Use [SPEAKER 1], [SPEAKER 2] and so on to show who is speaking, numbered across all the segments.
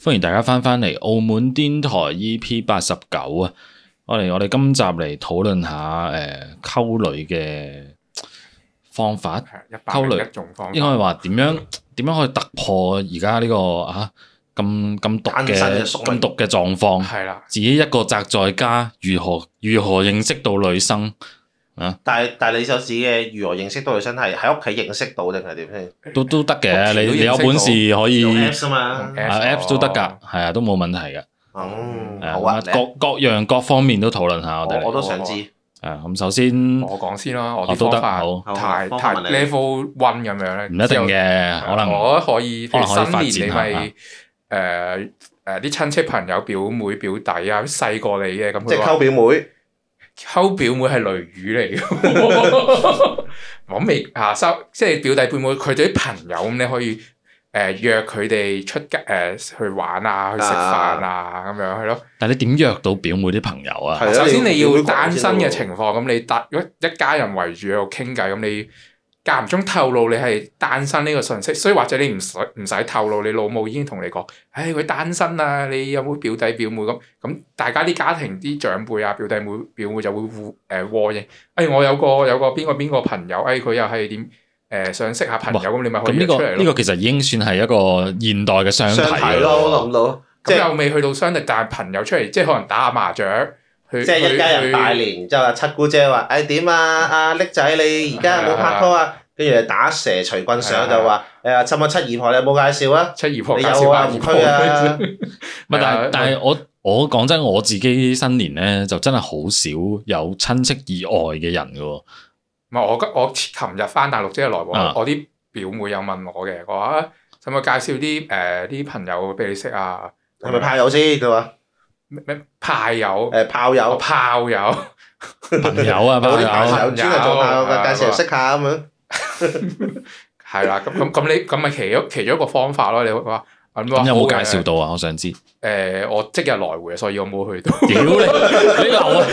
[SPEAKER 1] 歡迎大家翻返嚟澳門電台 EP 八十九啊！我哋我哋今集嚟討論下誒溝女嘅方法，
[SPEAKER 2] 係一百
[SPEAKER 1] 溝
[SPEAKER 2] 零
[SPEAKER 1] 女
[SPEAKER 2] 一種方法
[SPEAKER 1] 應該話點樣點樣可以突破而家呢個啊咁咁毒
[SPEAKER 3] 單身
[SPEAKER 1] 嘅
[SPEAKER 3] 嘅宿
[SPEAKER 1] 咁
[SPEAKER 3] 命
[SPEAKER 1] 毒嘅狀況？
[SPEAKER 2] 係啦，
[SPEAKER 1] 自己一個宅在家，如何如何認識到女生？
[SPEAKER 3] 但係但係你所指嘅如何認識到女生係喺屋企認識到定係點先？
[SPEAKER 1] 都都得嘅，
[SPEAKER 2] 目前都
[SPEAKER 1] 你你
[SPEAKER 2] 認
[SPEAKER 1] 有
[SPEAKER 2] 識
[SPEAKER 1] 本
[SPEAKER 2] 到
[SPEAKER 1] 事可以
[SPEAKER 3] 用 Apps
[SPEAKER 2] 用
[SPEAKER 3] 啊嘛，
[SPEAKER 2] Apps
[SPEAKER 1] 啊 Apps 都得㗎
[SPEAKER 2] 哦，
[SPEAKER 1] 係啊，都冇問題嘅。
[SPEAKER 3] 哦，
[SPEAKER 1] 誒
[SPEAKER 3] 好
[SPEAKER 1] 咁啊
[SPEAKER 3] 啊，
[SPEAKER 1] 各各樣各方面都討論下我哋
[SPEAKER 3] 我我
[SPEAKER 1] 嚟。
[SPEAKER 3] 都想知，
[SPEAKER 1] 誒咁首先唔
[SPEAKER 2] 我講先啦，我
[SPEAKER 1] 哦
[SPEAKER 2] 啲
[SPEAKER 1] 都得
[SPEAKER 2] 方法
[SPEAKER 1] 好
[SPEAKER 2] 太
[SPEAKER 3] 好方法
[SPEAKER 2] 太
[SPEAKER 3] 問你
[SPEAKER 2] level one 咁樣咧，唔
[SPEAKER 1] 一定嘅，可能
[SPEAKER 2] 我覺得可以，
[SPEAKER 1] 可能可以
[SPEAKER 2] 譬如新年你
[SPEAKER 1] 發展下啊
[SPEAKER 2] 咪誒誒啲親戚朋友表妹表弟啊，細過你嘅咁
[SPEAKER 3] 即
[SPEAKER 2] 佢
[SPEAKER 3] 係
[SPEAKER 2] 話
[SPEAKER 3] 溝表妹，
[SPEAKER 2] 溝表妹係雷雨嚟嘅， 我未啊收，即係表弟表妹佢哋啲朋友咁，你可以誒約佢哋出街誒去玩啊，去食飯啊咁樣係咯。
[SPEAKER 1] 但係你點約到表妹啲朋友啊？
[SPEAKER 3] 係啊
[SPEAKER 2] 首先你
[SPEAKER 3] 你
[SPEAKER 2] 要
[SPEAKER 3] 要
[SPEAKER 2] 單身嘅
[SPEAKER 3] 要
[SPEAKER 2] 情況，咁你搭如果一家人圍住喺度傾偈，咁你間唔中透露你係單身呢個信息，所以或者你唔使唔使透露，你老母已經同你講，唉，佢單身啊，你有冇表弟表妹咁？咁大家啲家庭啲長輩啊，表弟妹表妹就會互誒和應，哎，我有個有個邊個邊個朋友，哎，佢又係點誒想識下朋友，咁你咪可
[SPEAKER 1] 咁
[SPEAKER 2] 以
[SPEAKER 1] 呢
[SPEAKER 2] 約出
[SPEAKER 1] 個
[SPEAKER 2] 嚟
[SPEAKER 1] 呢
[SPEAKER 2] 咯。
[SPEAKER 1] 個其實已經算係一個現代嘅相
[SPEAKER 3] 相
[SPEAKER 1] 睇
[SPEAKER 3] 睇咯，我
[SPEAKER 1] 咯。
[SPEAKER 3] 諗到，即
[SPEAKER 2] 咁
[SPEAKER 3] 係
[SPEAKER 2] 又未去到相敵，但係朋友出嚟，即係可能打下麻雀，去
[SPEAKER 3] 即係一家
[SPEAKER 2] 去
[SPEAKER 3] 人拜年，然之後啊七姑姐話：，誒點啊，阿叻仔你而家有冇拍拖啊？跟住就打蛇隨棍
[SPEAKER 1] 啊
[SPEAKER 3] 上就話：，誒阿親阿七姨婆你有冇介紹啊？
[SPEAKER 2] 去七姨婆
[SPEAKER 3] 你
[SPEAKER 2] 介
[SPEAKER 3] 有
[SPEAKER 2] 紹下
[SPEAKER 3] 啊，
[SPEAKER 2] 姨
[SPEAKER 3] 唔
[SPEAKER 2] 婆
[SPEAKER 3] 推啊，
[SPEAKER 1] 唔係，但
[SPEAKER 2] 係
[SPEAKER 1] 係
[SPEAKER 2] 啊
[SPEAKER 1] 但係我我講真，我自己新年咧就真係好少有親戚以外嘅人 嘅喎。
[SPEAKER 2] 唔係我今我琴日翻大陸即係來往，
[SPEAKER 1] 啊
[SPEAKER 2] 我啲表妹有問我嘅，我話啊使唔使介紹啲誒啲朋友俾你識啊？
[SPEAKER 3] 係咪炮友先？佢話：，
[SPEAKER 2] 咩咩炮友？
[SPEAKER 3] 誒炮
[SPEAKER 2] 我
[SPEAKER 3] 友，
[SPEAKER 2] 炮友
[SPEAKER 1] 朋友啊，
[SPEAKER 3] 有
[SPEAKER 1] 朋
[SPEAKER 3] 啲
[SPEAKER 1] 哦友啊
[SPEAKER 3] 朋友專係做炮友嘅，介紹人識下咁樣。
[SPEAKER 2] 係啦，咁咁咁你咁咪其中其中一個方法咯。你話咁
[SPEAKER 1] 咁有冇介紹
[SPEAKER 2] 到？
[SPEAKER 1] 到啊？我想知。
[SPEAKER 2] 誒，我即日來回，所以我冇去到。
[SPEAKER 1] 屌你，你流啊！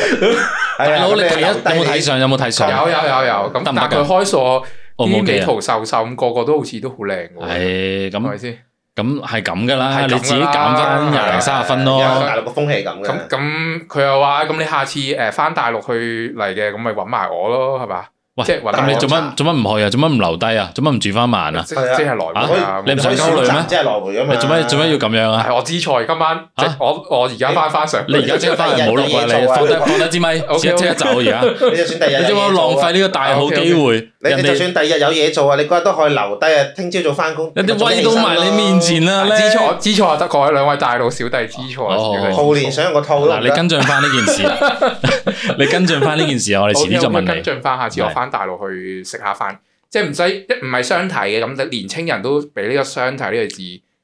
[SPEAKER 3] 係
[SPEAKER 1] 大
[SPEAKER 3] 啊
[SPEAKER 1] 佬，你睇一有
[SPEAKER 3] 留低
[SPEAKER 1] 冇睇
[SPEAKER 3] 你
[SPEAKER 1] 相？有冇睇相？
[SPEAKER 2] 有有有有，咁
[SPEAKER 1] 得唔
[SPEAKER 2] 但
[SPEAKER 1] 得㗎
[SPEAKER 2] 係佢開鎖
[SPEAKER 1] 我冇
[SPEAKER 2] 啲
[SPEAKER 1] 記
[SPEAKER 2] 美
[SPEAKER 1] 啊。
[SPEAKER 2] 圖秀秀咁，個個都好似都好靚喎，
[SPEAKER 1] 係
[SPEAKER 2] 係
[SPEAKER 1] 咁
[SPEAKER 2] 咪先？
[SPEAKER 1] 咁係咁噶啦，
[SPEAKER 2] 係咁㗎啦
[SPEAKER 1] 你自己減翻啊廿零三十分
[SPEAKER 3] 有
[SPEAKER 1] 咯。
[SPEAKER 3] 大陸嘅風氣係
[SPEAKER 2] 咁
[SPEAKER 3] 咁嘅。
[SPEAKER 2] 咁佢又話：咁你下次誒翻大陸去嚟嘅，咁咪揾埋我咯，係嘛？
[SPEAKER 1] 喂
[SPEAKER 2] 即係揾
[SPEAKER 1] 咁你
[SPEAKER 2] 我
[SPEAKER 1] 做乜做乜唔去啊？做乜唔留低啊？做乜唔住翻晚啊？
[SPEAKER 2] 即
[SPEAKER 3] 係啊
[SPEAKER 2] 即係來回啊！
[SPEAKER 1] 你唔想
[SPEAKER 3] 可以
[SPEAKER 1] 溝女
[SPEAKER 3] 選
[SPEAKER 1] 咩
[SPEAKER 3] 擇即係來回啊嘛。
[SPEAKER 1] 你做乜做乜要咁樣啊？
[SPEAKER 2] 係我知錯，今晚即係我我而家翻翻上，
[SPEAKER 1] 你而家即刻翻嚟冇錄啊！
[SPEAKER 3] 有嘢
[SPEAKER 1] 你
[SPEAKER 3] 做啊
[SPEAKER 1] 放低放低支咪，即
[SPEAKER 2] OK，OK
[SPEAKER 1] 即刻走啊而家。
[SPEAKER 3] 你就算第日
[SPEAKER 1] 你知唔知
[SPEAKER 3] 有嘢
[SPEAKER 1] 浪
[SPEAKER 3] 做啊
[SPEAKER 1] 費呢個大好機會？
[SPEAKER 3] 你
[SPEAKER 1] 人
[SPEAKER 3] 你就
[SPEAKER 1] 哋
[SPEAKER 3] 算第日有嘢做啊，你嗰日都可以留低啊，聽朝早翻工。
[SPEAKER 1] 人哋威到埋你面前啦咧。
[SPEAKER 2] 啊知錯知錯就得，各位兩位大佬小弟知錯，啊
[SPEAKER 1] 哦
[SPEAKER 2] 小弟知錯
[SPEAKER 3] 套連想個套啦。
[SPEAKER 1] 嗱，你跟進翻呢件事啦，你跟進翻呢件事啊，我哋遲啲就問
[SPEAKER 2] OK，我跟
[SPEAKER 1] 你。
[SPEAKER 2] 進翻，下次我
[SPEAKER 1] 係
[SPEAKER 2] 翻大陸去食下飯，即係唔使一唔係相睇嘅咁，年青人都俾呢個相睇呢個字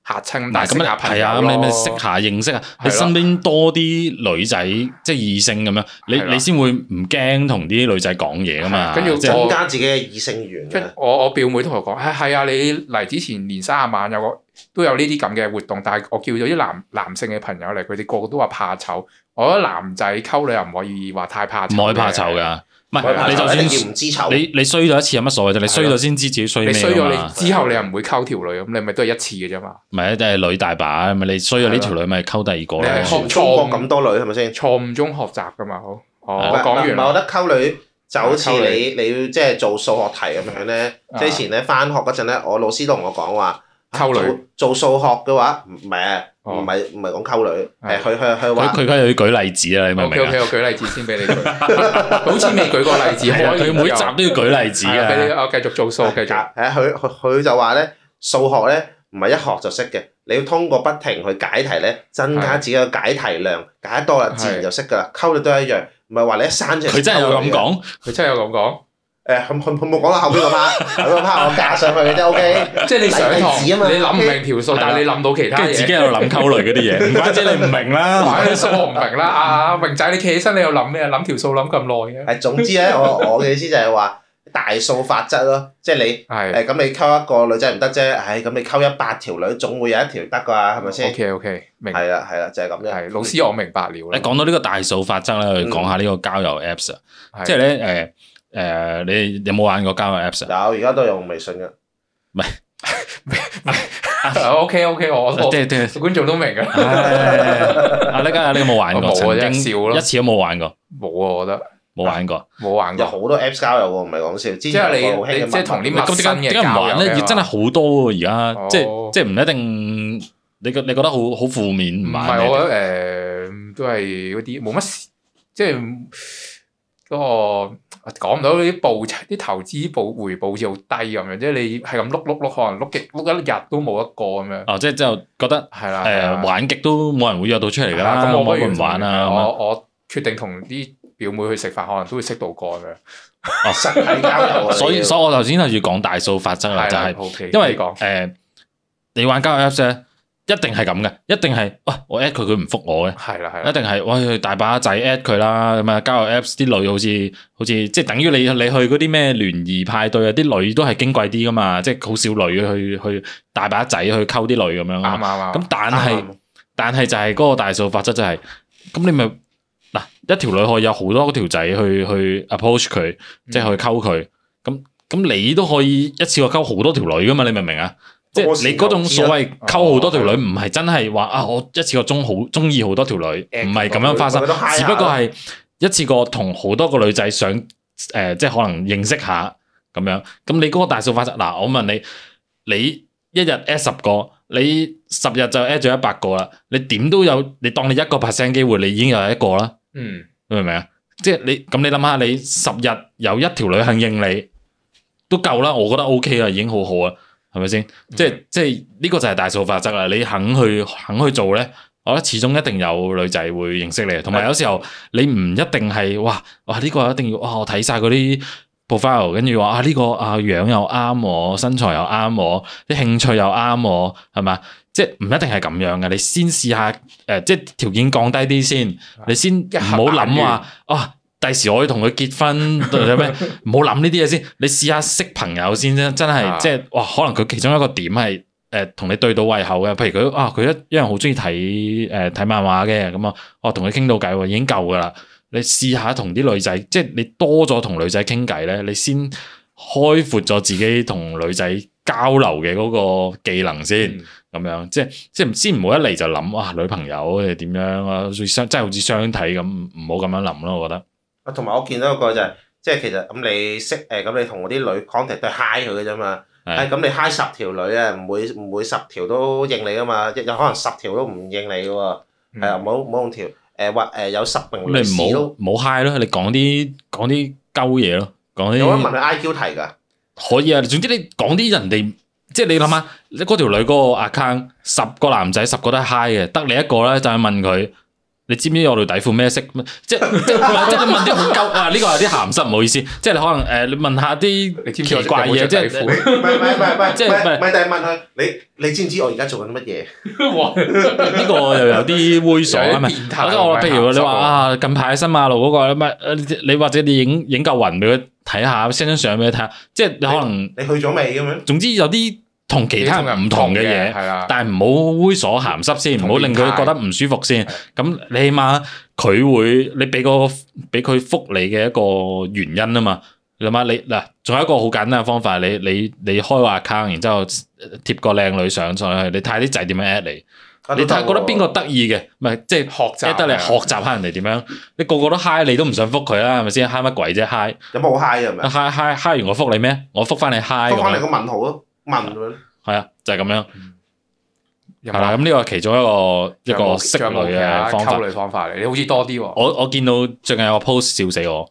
[SPEAKER 2] 嚇親，但係識
[SPEAKER 1] 咁
[SPEAKER 2] 下
[SPEAKER 1] 啊，
[SPEAKER 2] 朋
[SPEAKER 1] 係
[SPEAKER 2] 友
[SPEAKER 1] 啊，
[SPEAKER 2] 咯
[SPEAKER 1] 咁你咪識下認識啊，你
[SPEAKER 2] 係咯
[SPEAKER 1] 身邊多啲女仔，即係異性咁樣，
[SPEAKER 2] 係
[SPEAKER 1] 你
[SPEAKER 2] 啦
[SPEAKER 1] 你先會唔驚同啲女仔講嘢啊嘛。
[SPEAKER 2] 係跟住
[SPEAKER 1] 即係
[SPEAKER 2] 我
[SPEAKER 3] 增加自己嘅異性緣
[SPEAKER 2] 跟
[SPEAKER 3] 啊。
[SPEAKER 2] 我我表妹同我講，係係啊，你嚟之前年三十晚有個都有呢啲咁嘅活動，但係我叫咗啲男男性嘅朋友嚟，佢哋個個都話怕醜。我覺得男仔溝女又唔可以話太怕醜，
[SPEAKER 1] 唔可以怕醜。噶，唔
[SPEAKER 2] 唔可以
[SPEAKER 1] 係
[SPEAKER 2] 怕醜
[SPEAKER 1] 你就
[SPEAKER 3] 一
[SPEAKER 1] 算
[SPEAKER 3] 定要唔知醜。
[SPEAKER 1] 你你衰咗一次有乜所謂啫？你衰咗先知自己衰
[SPEAKER 2] 你
[SPEAKER 1] 咩
[SPEAKER 2] 衰
[SPEAKER 1] 㗎
[SPEAKER 2] 咗
[SPEAKER 1] 嘛。
[SPEAKER 2] 你之後，你又唔會溝條女咁，你咪都係一次嘅啫嘛。
[SPEAKER 1] 唔係，但係女大把，咪你衰咗呢條女咪溝第二個
[SPEAKER 2] 你係
[SPEAKER 1] 咯
[SPEAKER 2] 學。
[SPEAKER 3] 中國咁多女係咪先？
[SPEAKER 2] 錯誤中學習噶嘛，好。
[SPEAKER 3] 唔
[SPEAKER 2] 哦，我
[SPEAKER 3] 係
[SPEAKER 2] 講完
[SPEAKER 3] 唔係，
[SPEAKER 2] 啦啊
[SPEAKER 3] 我覺得溝女就好似
[SPEAKER 2] 溝
[SPEAKER 3] 你你要即係做數學題咁樣咧。
[SPEAKER 2] 啊
[SPEAKER 3] 即係以前咧翻學嗰陣咧，我老師都同我講話。啊
[SPEAKER 2] 溝女
[SPEAKER 3] 做做數學嘅話，唔唔係啊
[SPEAKER 2] 哦啊
[SPEAKER 3] 唔係唔係講溝女，
[SPEAKER 2] 係
[SPEAKER 3] 係佢佢佢
[SPEAKER 1] 佢
[SPEAKER 3] 話
[SPEAKER 1] 佢佢又要舉例子啦，你明唔
[SPEAKER 2] OK
[SPEAKER 1] 明啊？
[SPEAKER 2] OK，我舉例子先俾你舉，好似未舉過 例子，
[SPEAKER 1] 係啊
[SPEAKER 2] 開
[SPEAKER 1] 佢每集都要舉例子
[SPEAKER 2] 係啊，俾你
[SPEAKER 1] 啊。
[SPEAKER 2] 我繼續做數，繼續
[SPEAKER 3] 係啊佢佢佢就話咧數學咧唔係一學就識嘅，你要通過不停去解題咧，增加自己嘅解題量，解得多啦，
[SPEAKER 2] 係
[SPEAKER 3] 自然就識噶啦。溝女都一樣，唔係話你一生出嚟
[SPEAKER 1] 佢真係有咁
[SPEAKER 3] 溝女嘅。
[SPEAKER 1] 講，
[SPEAKER 2] 佢真係有咁講，
[SPEAKER 3] 誒，佢佢佢冇講到後邊個 part，後邊個 part 我加上去嘅啫，OK。
[SPEAKER 2] 即係你上堂
[SPEAKER 3] 例子啊嘛
[SPEAKER 2] 你諗唔明條數，但係你諗到其他
[SPEAKER 1] 跟住
[SPEAKER 2] 嘢啊
[SPEAKER 1] 自。己喺度諗溝女嗰啲嘢，唔怪之你唔明 啦。
[SPEAKER 2] 買啲數我唔明啦，阿榮仔你企起身你又諗咩？諗條數諗咁耐嘅，
[SPEAKER 3] 係總之咧，我我嘅意思就係話大數法則咯，即係你
[SPEAKER 2] 係
[SPEAKER 3] 誒咁你溝一個女仔唔得啫，唉咁你溝一百條女總會有一條得啩，係咪先？
[SPEAKER 2] ？OK OK，明
[SPEAKER 3] 係啦，係啦，就係咁樣。
[SPEAKER 2] 係老師我明白了
[SPEAKER 1] 你
[SPEAKER 2] 啦，
[SPEAKER 1] 講到呢個大數法則咧，我哋
[SPEAKER 3] 嗯
[SPEAKER 1] 講下呢個交友 Apps 啊，
[SPEAKER 2] 係
[SPEAKER 1] 即係咧誒誒，你有冇玩過交友 Apps 啊？
[SPEAKER 3] 有而家都用微信嘅，
[SPEAKER 1] 啊
[SPEAKER 2] O K O K，我我
[SPEAKER 1] 即係
[SPEAKER 2] 觀眾都明㗎，
[SPEAKER 1] 唉阿叻啊，你有冇玩過？
[SPEAKER 2] 我冇
[SPEAKER 1] 曾
[SPEAKER 2] 啊真係
[SPEAKER 1] 經
[SPEAKER 2] 笑咯
[SPEAKER 1] 一次都冇玩過，
[SPEAKER 2] 冇啊，我覺得
[SPEAKER 1] 冇玩過。
[SPEAKER 2] 冇玩
[SPEAKER 3] 有
[SPEAKER 2] 過。
[SPEAKER 3] 好多 Apps 交友喎，唔係講笑。之
[SPEAKER 2] 即係
[SPEAKER 3] 前有個好
[SPEAKER 2] 你
[SPEAKER 3] 興嘅
[SPEAKER 2] 你即係同啲陌
[SPEAKER 1] 咁
[SPEAKER 2] 生
[SPEAKER 1] 點解點
[SPEAKER 2] 嘅
[SPEAKER 1] 解唔玩
[SPEAKER 2] 交友
[SPEAKER 1] 咧？
[SPEAKER 2] 嘅
[SPEAKER 1] 而真係好多喎，而家即係
[SPEAKER 2] 哦
[SPEAKER 1] 即係唔一定。你覺你覺得好好負面唔
[SPEAKER 2] 唔
[SPEAKER 1] 玩
[SPEAKER 2] 係，
[SPEAKER 1] 嘅？
[SPEAKER 2] 我覺得誒都係嗰啲冇乜事，即係嗰個啊講唔到啲報啲投資報回報好似好低咁樣，即係你係咁碌碌碌，可能碌極碌一日都冇一個咁樣，
[SPEAKER 1] 哦，即係啊之後覺得
[SPEAKER 2] 係啦，係啊啦
[SPEAKER 1] 誒玩極都冇人會約到出嚟㗎
[SPEAKER 2] 係啦
[SPEAKER 1] 啦，
[SPEAKER 2] 咁我不
[SPEAKER 1] 冇
[SPEAKER 2] 如
[SPEAKER 1] 人唔玩啊咁樣。
[SPEAKER 2] 我我決定同啲表妹去食飯，可能都會識到個咁樣，
[SPEAKER 3] 實體交友啊，
[SPEAKER 1] 所以所以我頭先係要講大數法則啦，啊就係
[SPEAKER 2] 係 OK，
[SPEAKER 1] 因為
[SPEAKER 2] 講
[SPEAKER 1] 誒、你玩交友 Apps 咧，一定係咁嘅，一定係喂我 at 佢佢唔復我嘅，
[SPEAKER 2] 係啦係
[SPEAKER 1] 一
[SPEAKER 2] 啦，
[SPEAKER 1] 定係喂大把仔 at 佢啦，咁啊交友 Apps 啲女好似好似即係等於你你去嗰啲咩聯誼派對啊，啲女都係矜貴啲噶嘛，即係好少女去去大把仔去溝啲女咁樣啊
[SPEAKER 2] 啱啱
[SPEAKER 1] 嘛。
[SPEAKER 2] 啱。
[SPEAKER 1] 咁但
[SPEAKER 3] 啱
[SPEAKER 1] 係
[SPEAKER 3] 啱
[SPEAKER 1] 但係就係嗰個大數法則就係、咁你咪嗱一條女可以有好多條仔去去 approach 佢，即係去溝佢，咁咁你都可以一次過溝好多條女噶嘛？你明唔明啊？即
[SPEAKER 3] 多
[SPEAKER 1] 係
[SPEAKER 3] 線
[SPEAKER 1] 你嗰種
[SPEAKER 3] 投資
[SPEAKER 1] 所
[SPEAKER 3] 啦
[SPEAKER 1] 謂溝好多條女，唔係真係話啊，我一次過中好中意好多條女，
[SPEAKER 2] 誒
[SPEAKER 1] 唔係咁樣發生
[SPEAKER 3] 佢都，high
[SPEAKER 1] 只
[SPEAKER 3] 下
[SPEAKER 1] 不過係一次過同好多個女仔想誒、呃即係可能認識下咁樣。咁你嗰個大數法則嗱，我問你，你一日 at 十個，你十日就 at 咗一百個啦，你點都有，你當你一個 percent 機會，你已經有一個啦。
[SPEAKER 2] 嗯，
[SPEAKER 1] 你明唔明啊？即係你咁，你諗下，你十日有一條女肯應你，都夠啦。我覺得 O K 啦，已經好好啊，係咪先？即
[SPEAKER 2] 嗯
[SPEAKER 1] 係即係呢個就係大數法則啦。你肯去肯去做咧，我覺得始終一定有女仔會認識你。同埋有時候你唔一定係哇哇呢個一定要哇我睇晒嗰啲 profile，跟住話啊呢個啊樣又啱我，身材又啱我，啲興趣又啱我，係咪？即係唔一定係咁樣嘅，你先試下誒、呃即係條件降低啲先，你先
[SPEAKER 2] 啊一
[SPEAKER 1] 唔
[SPEAKER 2] 盒
[SPEAKER 1] 好諗
[SPEAKER 2] 眼
[SPEAKER 1] 話啊，第時我要同佢結婚 或者咩，唔好諗呢啲嘢先，你試下識朋友先啫，真係
[SPEAKER 2] 啊
[SPEAKER 1] 即係哇，可能佢其中一個點係誒同你對到胃口嘅，譬如佢啊，佢一一樣好中意睇誒睇漫畫嘅，咁啊，我同佢傾到偈喎，已經夠噶啦。你試下同啲女仔，即係你多咗同女仔傾偈咧，你先開闊咗自己同女仔交流嘅嗰個技能先。
[SPEAKER 2] 嗯
[SPEAKER 1] 咁樣，即係即係先唔好一嚟就諗哇女朋友你點樣啊，好似相真係好似相睇咁，唔好咁樣諗咯，我覺得。
[SPEAKER 3] 啊，同埋我見到一個就係、即係其實咁你識誒，咁你同嗰啲女 contact 都係 high 佢嘅啫嘛。
[SPEAKER 1] 係
[SPEAKER 3] 誒，咁你 high 十條女啊，唔會唔會十條都應你噶嘛？有可能十條都唔應你嘅喎。
[SPEAKER 2] 嗯
[SPEAKER 3] 係啊，唔好唔好用條誒或誒有十名
[SPEAKER 1] 咁
[SPEAKER 3] 女
[SPEAKER 1] 你
[SPEAKER 3] 士
[SPEAKER 1] 唔好
[SPEAKER 3] 都
[SPEAKER 1] 唔好 high 咯，你講啲講啲鳩嘢咯，講
[SPEAKER 2] 啊
[SPEAKER 3] 有人問
[SPEAKER 1] 啲
[SPEAKER 3] 佢 IQ 題㗎。
[SPEAKER 1] 可以啊。總之你講啲人哋，即係你諗下，你嗰條女嗰個 account 十個男仔十個都係 high 嘅，得你一個咧就係問佢。你知唔知我條底褲咩色？即係即係唔係即係你問啲好鳩啊！呢個有啲鹹濕，唔好意思。即係你可能誒、你問下
[SPEAKER 2] 你
[SPEAKER 1] 啲
[SPEAKER 2] 知唔知我
[SPEAKER 1] 奇怪
[SPEAKER 2] 有冇
[SPEAKER 1] 嘢，
[SPEAKER 2] 着
[SPEAKER 1] 即係
[SPEAKER 2] 底褲
[SPEAKER 3] 唔係唔係唔係唔係，
[SPEAKER 1] 即係
[SPEAKER 3] 即係
[SPEAKER 1] 唔係
[SPEAKER 3] 唔係？但係問佢你你知唔知我而家做緊乜嘢？
[SPEAKER 2] 哇
[SPEAKER 1] 呢個又有啲猥瑣啊嘛
[SPEAKER 2] 有啲。變態
[SPEAKER 1] 或者我譬如你話
[SPEAKER 2] 鹹濕喎
[SPEAKER 1] 啊，近排新馬路嗰、個咩？呃你你或者你影影嚿雲俾佢睇下，send 張相俾佢睇下，即係你可能
[SPEAKER 3] 你去咗未咁樣？
[SPEAKER 1] 總之有啲同其他人唔同嘅嘢，
[SPEAKER 2] 係啦，
[SPEAKER 1] 但係唔好猥瑣鹹濕先，唔好令佢覺得唔舒服先
[SPEAKER 2] 係。
[SPEAKER 1] 咁你起碼佢會你俾個俾佢覆你嘅一個原因啊嘛。你諗下你嗱，仲有一個好簡單嘅方法，你你你開個 account，然之後貼個靚女相上去，你睇下啲仔點樣 at 你。
[SPEAKER 3] 啊
[SPEAKER 1] 你睇下覺得邊個得意嘅，唔係即係
[SPEAKER 2] 學習啊
[SPEAKER 1] at 得嚟學習下人哋點樣。你個個都 hi 你都唔想覆佢啊啦，係咪先？hi 乜鬼啫？hi
[SPEAKER 3] 有冇 high 係咪？
[SPEAKER 1] hi hi hi 完我覆你咩？我覆翻你 hi 哎咁
[SPEAKER 3] 覆翻你
[SPEAKER 1] 樣，
[SPEAKER 3] 個問號咯，問咁樣。
[SPEAKER 1] 係啊，就係咁樣，
[SPEAKER 2] 有冇
[SPEAKER 1] 係啦。咁呢個係其中一個一個識女嘅方法
[SPEAKER 2] 啊溝。女方法嚟，你好似多啲喎。
[SPEAKER 1] 我我見到最近有個 post 笑死我，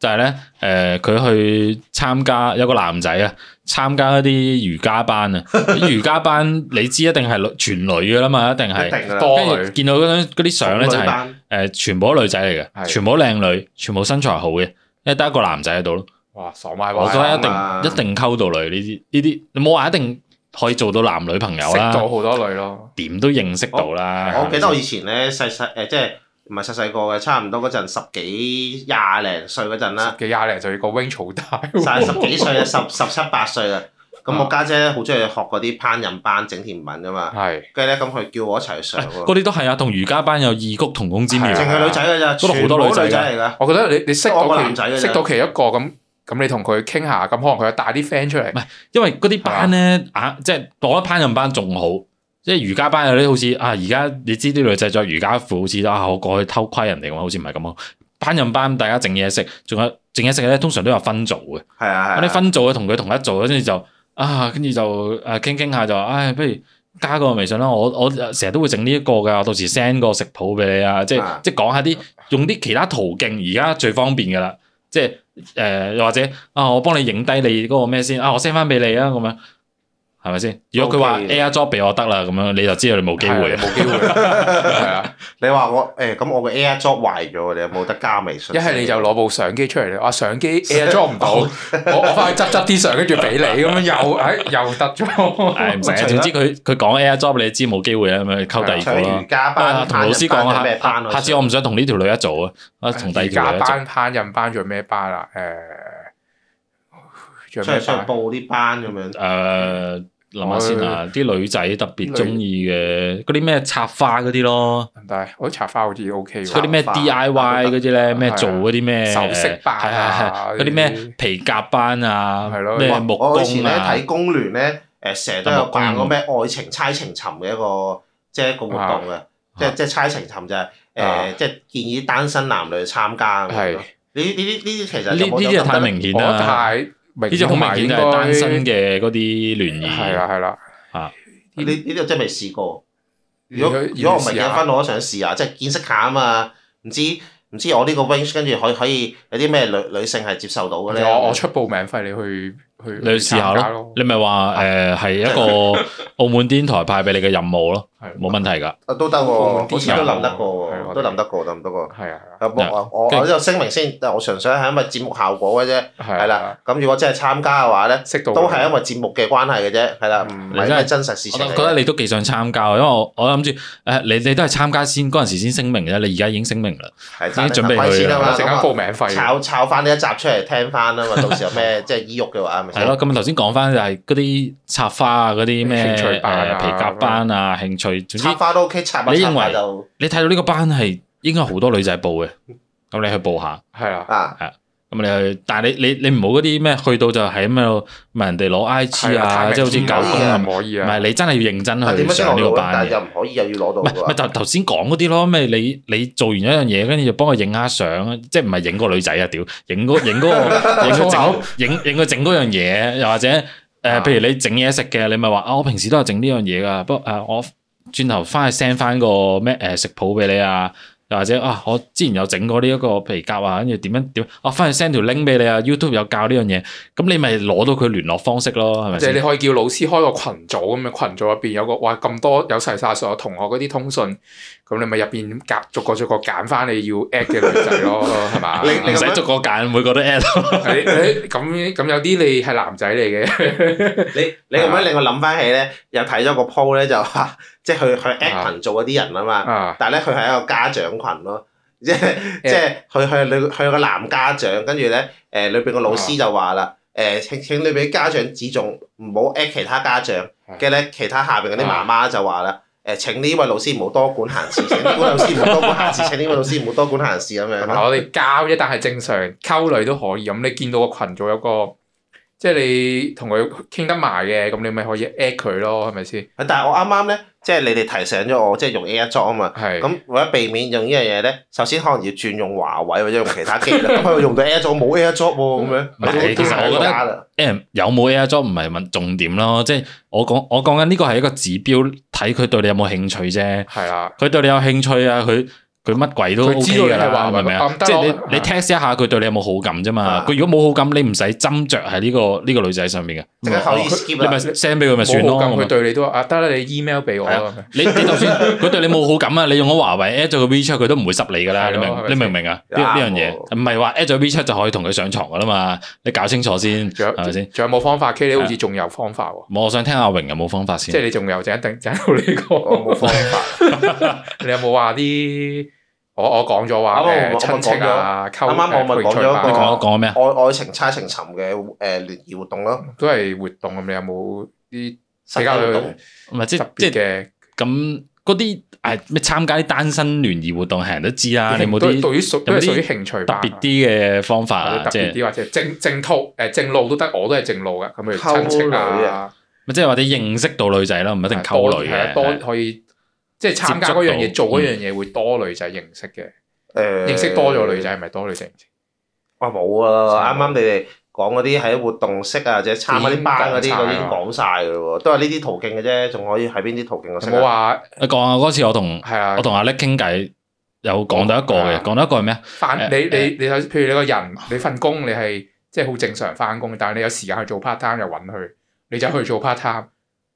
[SPEAKER 1] 就係咧誒，佢、去參加有個男仔啊，參加一啲瑜伽班 啊，瑜伽班你知一定係女全女噶啦嘛，一定
[SPEAKER 3] 一
[SPEAKER 1] 係。
[SPEAKER 3] 定㗎啦，
[SPEAKER 2] 多
[SPEAKER 1] 跟
[SPEAKER 2] 女
[SPEAKER 1] 住見到嗰張嗰啲相咧就係、誒、
[SPEAKER 3] 係
[SPEAKER 1] 全部都女仔嚟嘅，
[SPEAKER 2] 係
[SPEAKER 1] 全部都靚女，全部身材好嘅，因為得一個男仔喺度咯。
[SPEAKER 2] 哇，爽歪
[SPEAKER 1] 我
[SPEAKER 2] 歪
[SPEAKER 1] 覺
[SPEAKER 2] 啊，
[SPEAKER 1] 得
[SPEAKER 3] 啱啊
[SPEAKER 1] 一定一定溝到女呢啲呢啲，你冇話一定可以做到男女朋友
[SPEAKER 2] 識
[SPEAKER 1] 啦
[SPEAKER 2] 到，好多女咯。
[SPEAKER 1] 點都認識到啦。
[SPEAKER 3] 我記
[SPEAKER 1] 係
[SPEAKER 3] 得
[SPEAKER 1] 咪
[SPEAKER 3] 我
[SPEAKER 1] 先
[SPEAKER 3] 以前咧細細誒，即係唔係細細個嘅，差唔多嗰陣十幾廿零歲嗰陣啦，
[SPEAKER 2] 十幾廿零就要個 wing 好大喎，
[SPEAKER 3] 曬十幾歲 啊，十十七八歲啦。咁
[SPEAKER 1] 啊
[SPEAKER 3] 我家姐好中意學嗰啲烹飪班整甜品噶嘛，
[SPEAKER 2] 係
[SPEAKER 3] 跟住咧咁佢叫我一齊去上喎，
[SPEAKER 1] 嗰啲都係啊，同瑜伽班有異曲同工之妙。
[SPEAKER 2] 係啊
[SPEAKER 3] 淨係女仔㗎咋，
[SPEAKER 1] 嗰度好
[SPEAKER 3] 全部
[SPEAKER 1] 多
[SPEAKER 3] 都
[SPEAKER 1] 女仔㗎
[SPEAKER 3] 女仔嚟㗎。
[SPEAKER 2] 我覺得你你識
[SPEAKER 3] 我
[SPEAKER 2] 到
[SPEAKER 3] 個男仔
[SPEAKER 2] 其
[SPEAKER 3] 嘅啫
[SPEAKER 2] 識到其一個咁咁你同佢傾下，咁可能佢又帶啲 friend 出 嚟
[SPEAKER 1] 係，因為嗰啲班咧啊，即係我覺得烹飪班仲好，即係瑜伽班有啲好似啊，而家你知啲女仔着瑜伽褲，好似啊我過去偷窺人哋咁，好似唔係咁咯。烹飪班大家整嘢食，仲有整嘢食咧，通常都有分組嘅。
[SPEAKER 3] 係啊
[SPEAKER 1] 我
[SPEAKER 3] 係
[SPEAKER 1] 哋
[SPEAKER 3] 啊，
[SPEAKER 1] 分組嘅同佢同一組，跟住就啊，跟住就誒傾傾下就話，唉，不如加個微信啦。我我成日都會整呢一個㗎，我到時 send 個食譜俾你啊，即係、
[SPEAKER 3] 啊
[SPEAKER 1] 即係講下啲用啲其他途徑，而家最方便㗎啦。即係誒，又、或者啊，我幫你影低你嗰個咩先啊，我 send 翻俾你啊，咁樣係咪先？如果佢話
[SPEAKER 3] OK 嘅
[SPEAKER 1] AirDrop 俾我得啦，咁樣你就知道你冇機會啊
[SPEAKER 2] 係
[SPEAKER 1] 啦。
[SPEAKER 2] 冇機會，係啊，
[SPEAKER 3] 你話我誒咁我個 Air Drop 壞咗，你有冇得加微信？
[SPEAKER 2] 一係你就攞部相機出嚟，你話相 機 air 裝唔到，我我翻去執執啲相，跟住俾你咁樣又唉又得咗，
[SPEAKER 1] 唉，唔使啊，
[SPEAKER 3] 除咗
[SPEAKER 1] 總之佢佢講 AirDrop 你知冇機會啦，咁樣溝第
[SPEAKER 3] 除
[SPEAKER 1] 二個
[SPEAKER 3] 咗
[SPEAKER 1] 啦
[SPEAKER 3] 瑜。伽
[SPEAKER 1] 啊
[SPEAKER 3] 班、
[SPEAKER 1] 同老師講
[SPEAKER 3] 烹飪班有
[SPEAKER 1] 啊
[SPEAKER 3] 咩班
[SPEAKER 1] 下，
[SPEAKER 3] 啊
[SPEAKER 1] 下次我唔想同呢條女一組啊，啊，同第二
[SPEAKER 2] 而
[SPEAKER 1] 條女
[SPEAKER 2] 家
[SPEAKER 1] 一組。
[SPEAKER 2] 班烹飪班仲有咩班啊？誒，仲
[SPEAKER 3] 出
[SPEAKER 2] 有
[SPEAKER 3] 嚟
[SPEAKER 2] 咩
[SPEAKER 3] 出嚟
[SPEAKER 2] 班？
[SPEAKER 3] 報啲班咁樣。
[SPEAKER 1] 誒呃諗下先啊，啲女仔特別中意嘅嗰啲咩插花嗰啲咯，
[SPEAKER 2] 但係我啲茶花好似 O K
[SPEAKER 1] 嗰
[SPEAKER 2] 喎
[SPEAKER 1] 啲，咩
[SPEAKER 3] 插花啊
[SPEAKER 1] DIY 嗰啲咧，咩做嗰啲咩
[SPEAKER 2] 首飾班
[SPEAKER 1] 係
[SPEAKER 2] 啊
[SPEAKER 1] 係係嗰啲咩皮夾班啊
[SPEAKER 2] 係咯，
[SPEAKER 1] 咩
[SPEAKER 2] 誒
[SPEAKER 1] 木
[SPEAKER 3] 我以前
[SPEAKER 1] 工
[SPEAKER 3] 咧
[SPEAKER 1] 啊，
[SPEAKER 3] 睇工聯咧，誒成日都有辦嗰咩愛情猜情尋嘅一個即係一個活動嘅，
[SPEAKER 1] 啊
[SPEAKER 3] 即係即係猜情尋就係
[SPEAKER 2] 啊
[SPEAKER 3] 誒即係建議單身男女參加咁樣
[SPEAKER 2] 係
[SPEAKER 3] 咯。呢呢啲呢啲其實
[SPEAKER 1] 呢呢
[SPEAKER 3] 有冇
[SPEAKER 1] 啲就太明顯
[SPEAKER 2] 我
[SPEAKER 1] 啦，
[SPEAKER 2] 太明
[SPEAKER 1] 啊呢隻好明顯就係單身嘅嗰啲聯
[SPEAKER 2] 係
[SPEAKER 1] 誼，
[SPEAKER 3] 啊
[SPEAKER 2] 啦係啦，
[SPEAKER 3] 呢呢啲我真係未試過。如果
[SPEAKER 2] 你去
[SPEAKER 3] 如果我唔係
[SPEAKER 2] 試
[SPEAKER 3] 結
[SPEAKER 2] 下
[SPEAKER 3] 咗婚，我都想試下，即係見識下啊嘛。唔知唔知我呢個 range 跟住可以可以有啲咩女女性係接受到嘅咧？
[SPEAKER 2] 我我出報名費，你去去
[SPEAKER 1] 你去試下
[SPEAKER 2] 參加
[SPEAKER 1] 咯。你咪話誒係一個 澳門電台派俾你嘅任務咯，
[SPEAKER 2] 係
[SPEAKER 1] 冇問題㗎。
[SPEAKER 3] 啊都得喎，
[SPEAKER 2] 我啲
[SPEAKER 3] 好似都諗得過
[SPEAKER 2] 有
[SPEAKER 3] 喎，都諗得過，諗得過。
[SPEAKER 2] 係啊
[SPEAKER 3] 啊
[SPEAKER 1] 嗱
[SPEAKER 3] 我我我
[SPEAKER 1] 跟
[SPEAKER 3] 呢度聲明先，但我純粹係因為節目效果嘅啫。
[SPEAKER 2] 係啊
[SPEAKER 3] 係啦，，咁如果真係參加嘅話咧，
[SPEAKER 2] 識到嗯
[SPEAKER 3] 都係因為節目嘅關係嘅啫，係啦，
[SPEAKER 1] 嗯
[SPEAKER 3] 唔係因為真實事
[SPEAKER 1] 我
[SPEAKER 3] 情
[SPEAKER 1] 都
[SPEAKER 3] 嚟
[SPEAKER 1] 覺得
[SPEAKER 3] 嘅。
[SPEAKER 1] 你都幾想參加，因為我我諗住誒你你都係參加先嗰陣時先聲明啫，你而家已經聲明啦。
[SPEAKER 3] 係
[SPEAKER 1] 已經準備
[SPEAKER 3] 賺啲
[SPEAKER 1] 去
[SPEAKER 3] 先
[SPEAKER 1] 啦
[SPEAKER 3] 啊
[SPEAKER 2] 我
[SPEAKER 3] 嘛，
[SPEAKER 2] 陣間
[SPEAKER 3] 咁
[SPEAKER 2] 報
[SPEAKER 3] 啊
[SPEAKER 2] 名費，
[SPEAKER 3] 抄抄翻呢一集出嚟聽翻 啊嘛，到時有咩即係醫育嘅話，係咪
[SPEAKER 1] 係
[SPEAKER 3] 先？
[SPEAKER 1] 咯，咁頭先講翻就係嗰啲插花啊，嗰啲咩
[SPEAKER 2] 興趣班啊
[SPEAKER 1] 誒皮夾班啊，興趣，總之
[SPEAKER 3] 插花都 OK，插下
[SPEAKER 1] 你認
[SPEAKER 3] 插下
[SPEAKER 1] 為
[SPEAKER 3] 就
[SPEAKER 1] 你睇到呢個班係應該好多女仔報嘅，咁你去報下，
[SPEAKER 2] 係啦，
[SPEAKER 3] 啊，
[SPEAKER 1] 咁你去，但係你你你唔好嗰啲咩去到就係咁喺度問人哋攞 I G 啊，即係好似
[SPEAKER 3] 明顯
[SPEAKER 1] 狗
[SPEAKER 3] 啦
[SPEAKER 1] 公
[SPEAKER 3] 啊
[SPEAKER 1] 咁，
[SPEAKER 2] 唔可以
[SPEAKER 1] 唔
[SPEAKER 2] 啊，
[SPEAKER 1] 係你真係要認
[SPEAKER 3] 但
[SPEAKER 1] 真
[SPEAKER 3] 點
[SPEAKER 1] 去
[SPEAKER 3] 樣先
[SPEAKER 1] 上呢
[SPEAKER 3] 攞
[SPEAKER 1] 個
[SPEAKER 3] 到咧？但
[SPEAKER 1] 班
[SPEAKER 3] 係
[SPEAKER 1] 嘅。
[SPEAKER 3] 又唔可以又要攞到啊
[SPEAKER 1] 唔係
[SPEAKER 3] 嘅
[SPEAKER 1] 唔係，
[SPEAKER 3] 喎。
[SPEAKER 1] 就頭先講嗰啲咯，咩你你做完一樣嘢，跟住就幫佢影下相，即係唔係影個女仔啊？屌，影嗰影嗰個影佢整影影佢整嗰樣嘢，又或者誒、呃
[SPEAKER 2] 啊
[SPEAKER 1] 譬如你整嘢食嘅，你咪話啊，我平時都有整呢樣嘢噶，不過誒、呃我轉頭翻去 send 翻個咩誒、呃食譜俾你啊。又或者啊，我之前有整過呢一個皮夾啊，跟住點樣點，我翻去 send 條 link 俾你啊，YouTube 有教呢樣嘢，咁你咪攞到佢聯絡方式咯，係咪
[SPEAKER 2] 即係
[SPEAKER 1] 先
[SPEAKER 2] 你？可以叫老師開個群組咁樣，群組入邊有個哇咁多有齊晒所有同學嗰啲通訊，咁你咪入邊揀逐個逐個揀翻你要 at 嘅女仔咯，係嘛？
[SPEAKER 3] 你
[SPEAKER 2] 你
[SPEAKER 1] 唔
[SPEAKER 3] 你咁
[SPEAKER 1] 使
[SPEAKER 3] 樣
[SPEAKER 1] 逐個揀，每個都 at
[SPEAKER 2] 你咁咁有啲你係男仔嚟嘅，
[SPEAKER 3] 你你咁樣令我諗翻起咧，又睇咗個 po 咧就話，即係佢佢 app 群做嗰啲人啊嘛，
[SPEAKER 2] 啊
[SPEAKER 3] 但係咧佢係一個家長群咯， 即係即係佢佢女佢有個男家長，跟住咧誒裏邊個老
[SPEAKER 1] 啊
[SPEAKER 3] 師就話啦，誒請請裏邊家長指重唔好 at 其他家長，
[SPEAKER 1] 啊
[SPEAKER 3] 跟住咧其他下邊嗰啲媽媽就話啦。誒請呢位老師唔好多管閒 事，請呢位老師唔好多管閒事，請呢位老師唔好多管閒事咁樣
[SPEAKER 2] 同埋
[SPEAKER 1] 啊
[SPEAKER 3] 咯。
[SPEAKER 2] 我哋交啫，但係正常溝女都可以。咁你見到個群組有個，即係你同佢傾得埋嘅，咁你咪可以 at 佢咯，係咪先？
[SPEAKER 3] 但係我啱啱咧，即係你哋提醒咗我，即係用 Air 裝啊嘛。
[SPEAKER 1] 嗯
[SPEAKER 2] 係。
[SPEAKER 3] 咁為咗避免用呢樣嘢咧，首先可能要轉用華為或者用其他機啦。咁佢用到 AirDrop 冇 AirDrop 喎，咁樣。
[SPEAKER 1] 唔係
[SPEAKER 3] 都
[SPEAKER 1] 其實我覺得
[SPEAKER 3] 假啦
[SPEAKER 1] M 有冇 air job 唔係問重點咯，即係我講我講緊呢個係一個指標，睇佢對你有冇興趣啫。
[SPEAKER 2] 係啦，
[SPEAKER 1] 佢對你有興趣啊，佢佢乜鬼都
[SPEAKER 2] 佢知道
[SPEAKER 1] OK
[SPEAKER 2] 你
[SPEAKER 1] 噶
[SPEAKER 2] 係
[SPEAKER 1] 啦，
[SPEAKER 2] 話
[SPEAKER 1] 明唔明
[SPEAKER 2] 我
[SPEAKER 1] 啊
[SPEAKER 2] 暗？得
[SPEAKER 1] 即係
[SPEAKER 2] 我
[SPEAKER 1] 你
[SPEAKER 2] 啊
[SPEAKER 1] 你 test 一下佢對你有冇好感啫嘛
[SPEAKER 3] 啊。
[SPEAKER 1] 佢如果冇好感，你唔使斟酌喺呢個呢個女仔上面嘅。
[SPEAKER 3] 即刻可以
[SPEAKER 1] 哦
[SPEAKER 3] skip
[SPEAKER 1] 你咪
[SPEAKER 3] 啦。
[SPEAKER 1] send 俾佢咪算
[SPEAKER 2] 冇
[SPEAKER 1] 咯。
[SPEAKER 2] 好感，
[SPEAKER 1] 咁
[SPEAKER 2] 佢
[SPEAKER 1] 啊
[SPEAKER 2] 對你都話啊得啦，你 email 俾我
[SPEAKER 1] 係啊
[SPEAKER 2] 啦。
[SPEAKER 1] 你你就算佢對你冇好感啊，你用咗華為 add 咗個 WeChat，佢都唔會濕你噶啦。
[SPEAKER 2] 係
[SPEAKER 1] 你
[SPEAKER 2] 咯
[SPEAKER 1] 明
[SPEAKER 2] 係咪
[SPEAKER 1] 你
[SPEAKER 2] 先
[SPEAKER 1] 明唔明啊？呢
[SPEAKER 3] 啱
[SPEAKER 1] 呢樣嘢
[SPEAKER 3] 喎
[SPEAKER 1] 唔係話 add 咗 WeChat 就可以同佢上床噶啦嘛。你搞清楚先
[SPEAKER 2] 仲有
[SPEAKER 1] 係咪先？
[SPEAKER 2] 仲有冇方法？K 你
[SPEAKER 1] 啊
[SPEAKER 2] 好似仲有方法喎，
[SPEAKER 1] 我想聽阿榮有冇方法先
[SPEAKER 2] 即。係你仲有，就一定 就到你
[SPEAKER 3] 我冇
[SPEAKER 2] 講。
[SPEAKER 3] 方法。
[SPEAKER 2] 你有冇話啲？我我講咗話
[SPEAKER 3] 啱
[SPEAKER 2] 誒
[SPEAKER 3] 啱我
[SPEAKER 2] 親戚啊，溝
[SPEAKER 3] 啱啱我咪講咗一個
[SPEAKER 2] 誒
[SPEAKER 1] 你
[SPEAKER 2] 配對
[SPEAKER 1] 講
[SPEAKER 2] 啊
[SPEAKER 1] 我講咩啊？
[SPEAKER 3] 愛愛情猜情尋嘅誒聯誼活 動咯，
[SPEAKER 2] 都係活動咁，你有冇啲
[SPEAKER 3] 實體活動
[SPEAKER 1] 唔係即
[SPEAKER 2] 特別
[SPEAKER 1] 即
[SPEAKER 2] 嘅？
[SPEAKER 1] 咁嗰嗰啲誒咩參加啲單身聯誼活動，係人都知啊啦。你冇
[SPEAKER 2] 都係
[SPEAKER 1] 啲
[SPEAKER 2] 對於屬都
[SPEAKER 1] 有冇
[SPEAKER 2] 係
[SPEAKER 1] 啲
[SPEAKER 2] 屬於興趣
[SPEAKER 1] 特
[SPEAKER 2] 班
[SPEAKER 1] 別啲嘅方法
[SPEAKER 2] 或者
[SPEAKER 1] 啊，
[SPEAKER 2] 特
[SPEAKER 1] 即
[SPEAKER 2] 別
[SPEAKER 1] 係
[SPEAKER 2] 啲或者正正途誒正路都得，我都係正路嘅，咁譬如親戚
[SPEAKER 3] 溝女
[SPEAKER 2] 啊，
[SPEAKER 1] 即係或者認識到女仔啦，唔一定溝女
[SPEAKER 2] 係啊
[SPEAKER 1] 嘅。
[SPEAKER 2] 多可以即係參加嗰樣嘢，
[SPEAKER 1] 接觸
[SPEAKER 2] 做
[SPEAKER 1] 到嗯
[SPEAKER 2] 嗰樣嘢會多女仔認識嘅，
[SPEAKER 3] 誒
[SPEAKER 2] 認識多咗女仔，咪多女仔認識。
[SPEAKER 3] 呃哇冇啊！啱啱你哋講嗰啲喺活動識啊，或者參加啲班嗰啲，嗰啲已經講晒㗎喎，都係呢啲途徑嘅啫，仲可以喺邊啲途徑嘅
[SPEAKER 2] 有
[SPEAKER 3] 識
[SPEAKER 2] 冇
[SPEAKER 3] 啊？
[SPEAKER 2] 話
[SPEAKER 1] 你講啊，嗰次我同
[SPEAKER 2] 係啊
[SPEAKER 1] 我？同阿叻傾偈，有講到一個
[SPEAKER 2] 係
[SPEAKER 1] 嘅
[SPEAKER 2] 啊，
[SPEAKER 1] 講到一個係咩啊？
[SPEAKER 2] 翻你
[SPEAKER 1] 誒
[SPEAKER 2] 你你有譬如你個人你份工你係即係好正常翻工，但係你有時間去做 part time 又揾佢，你就去做 part time。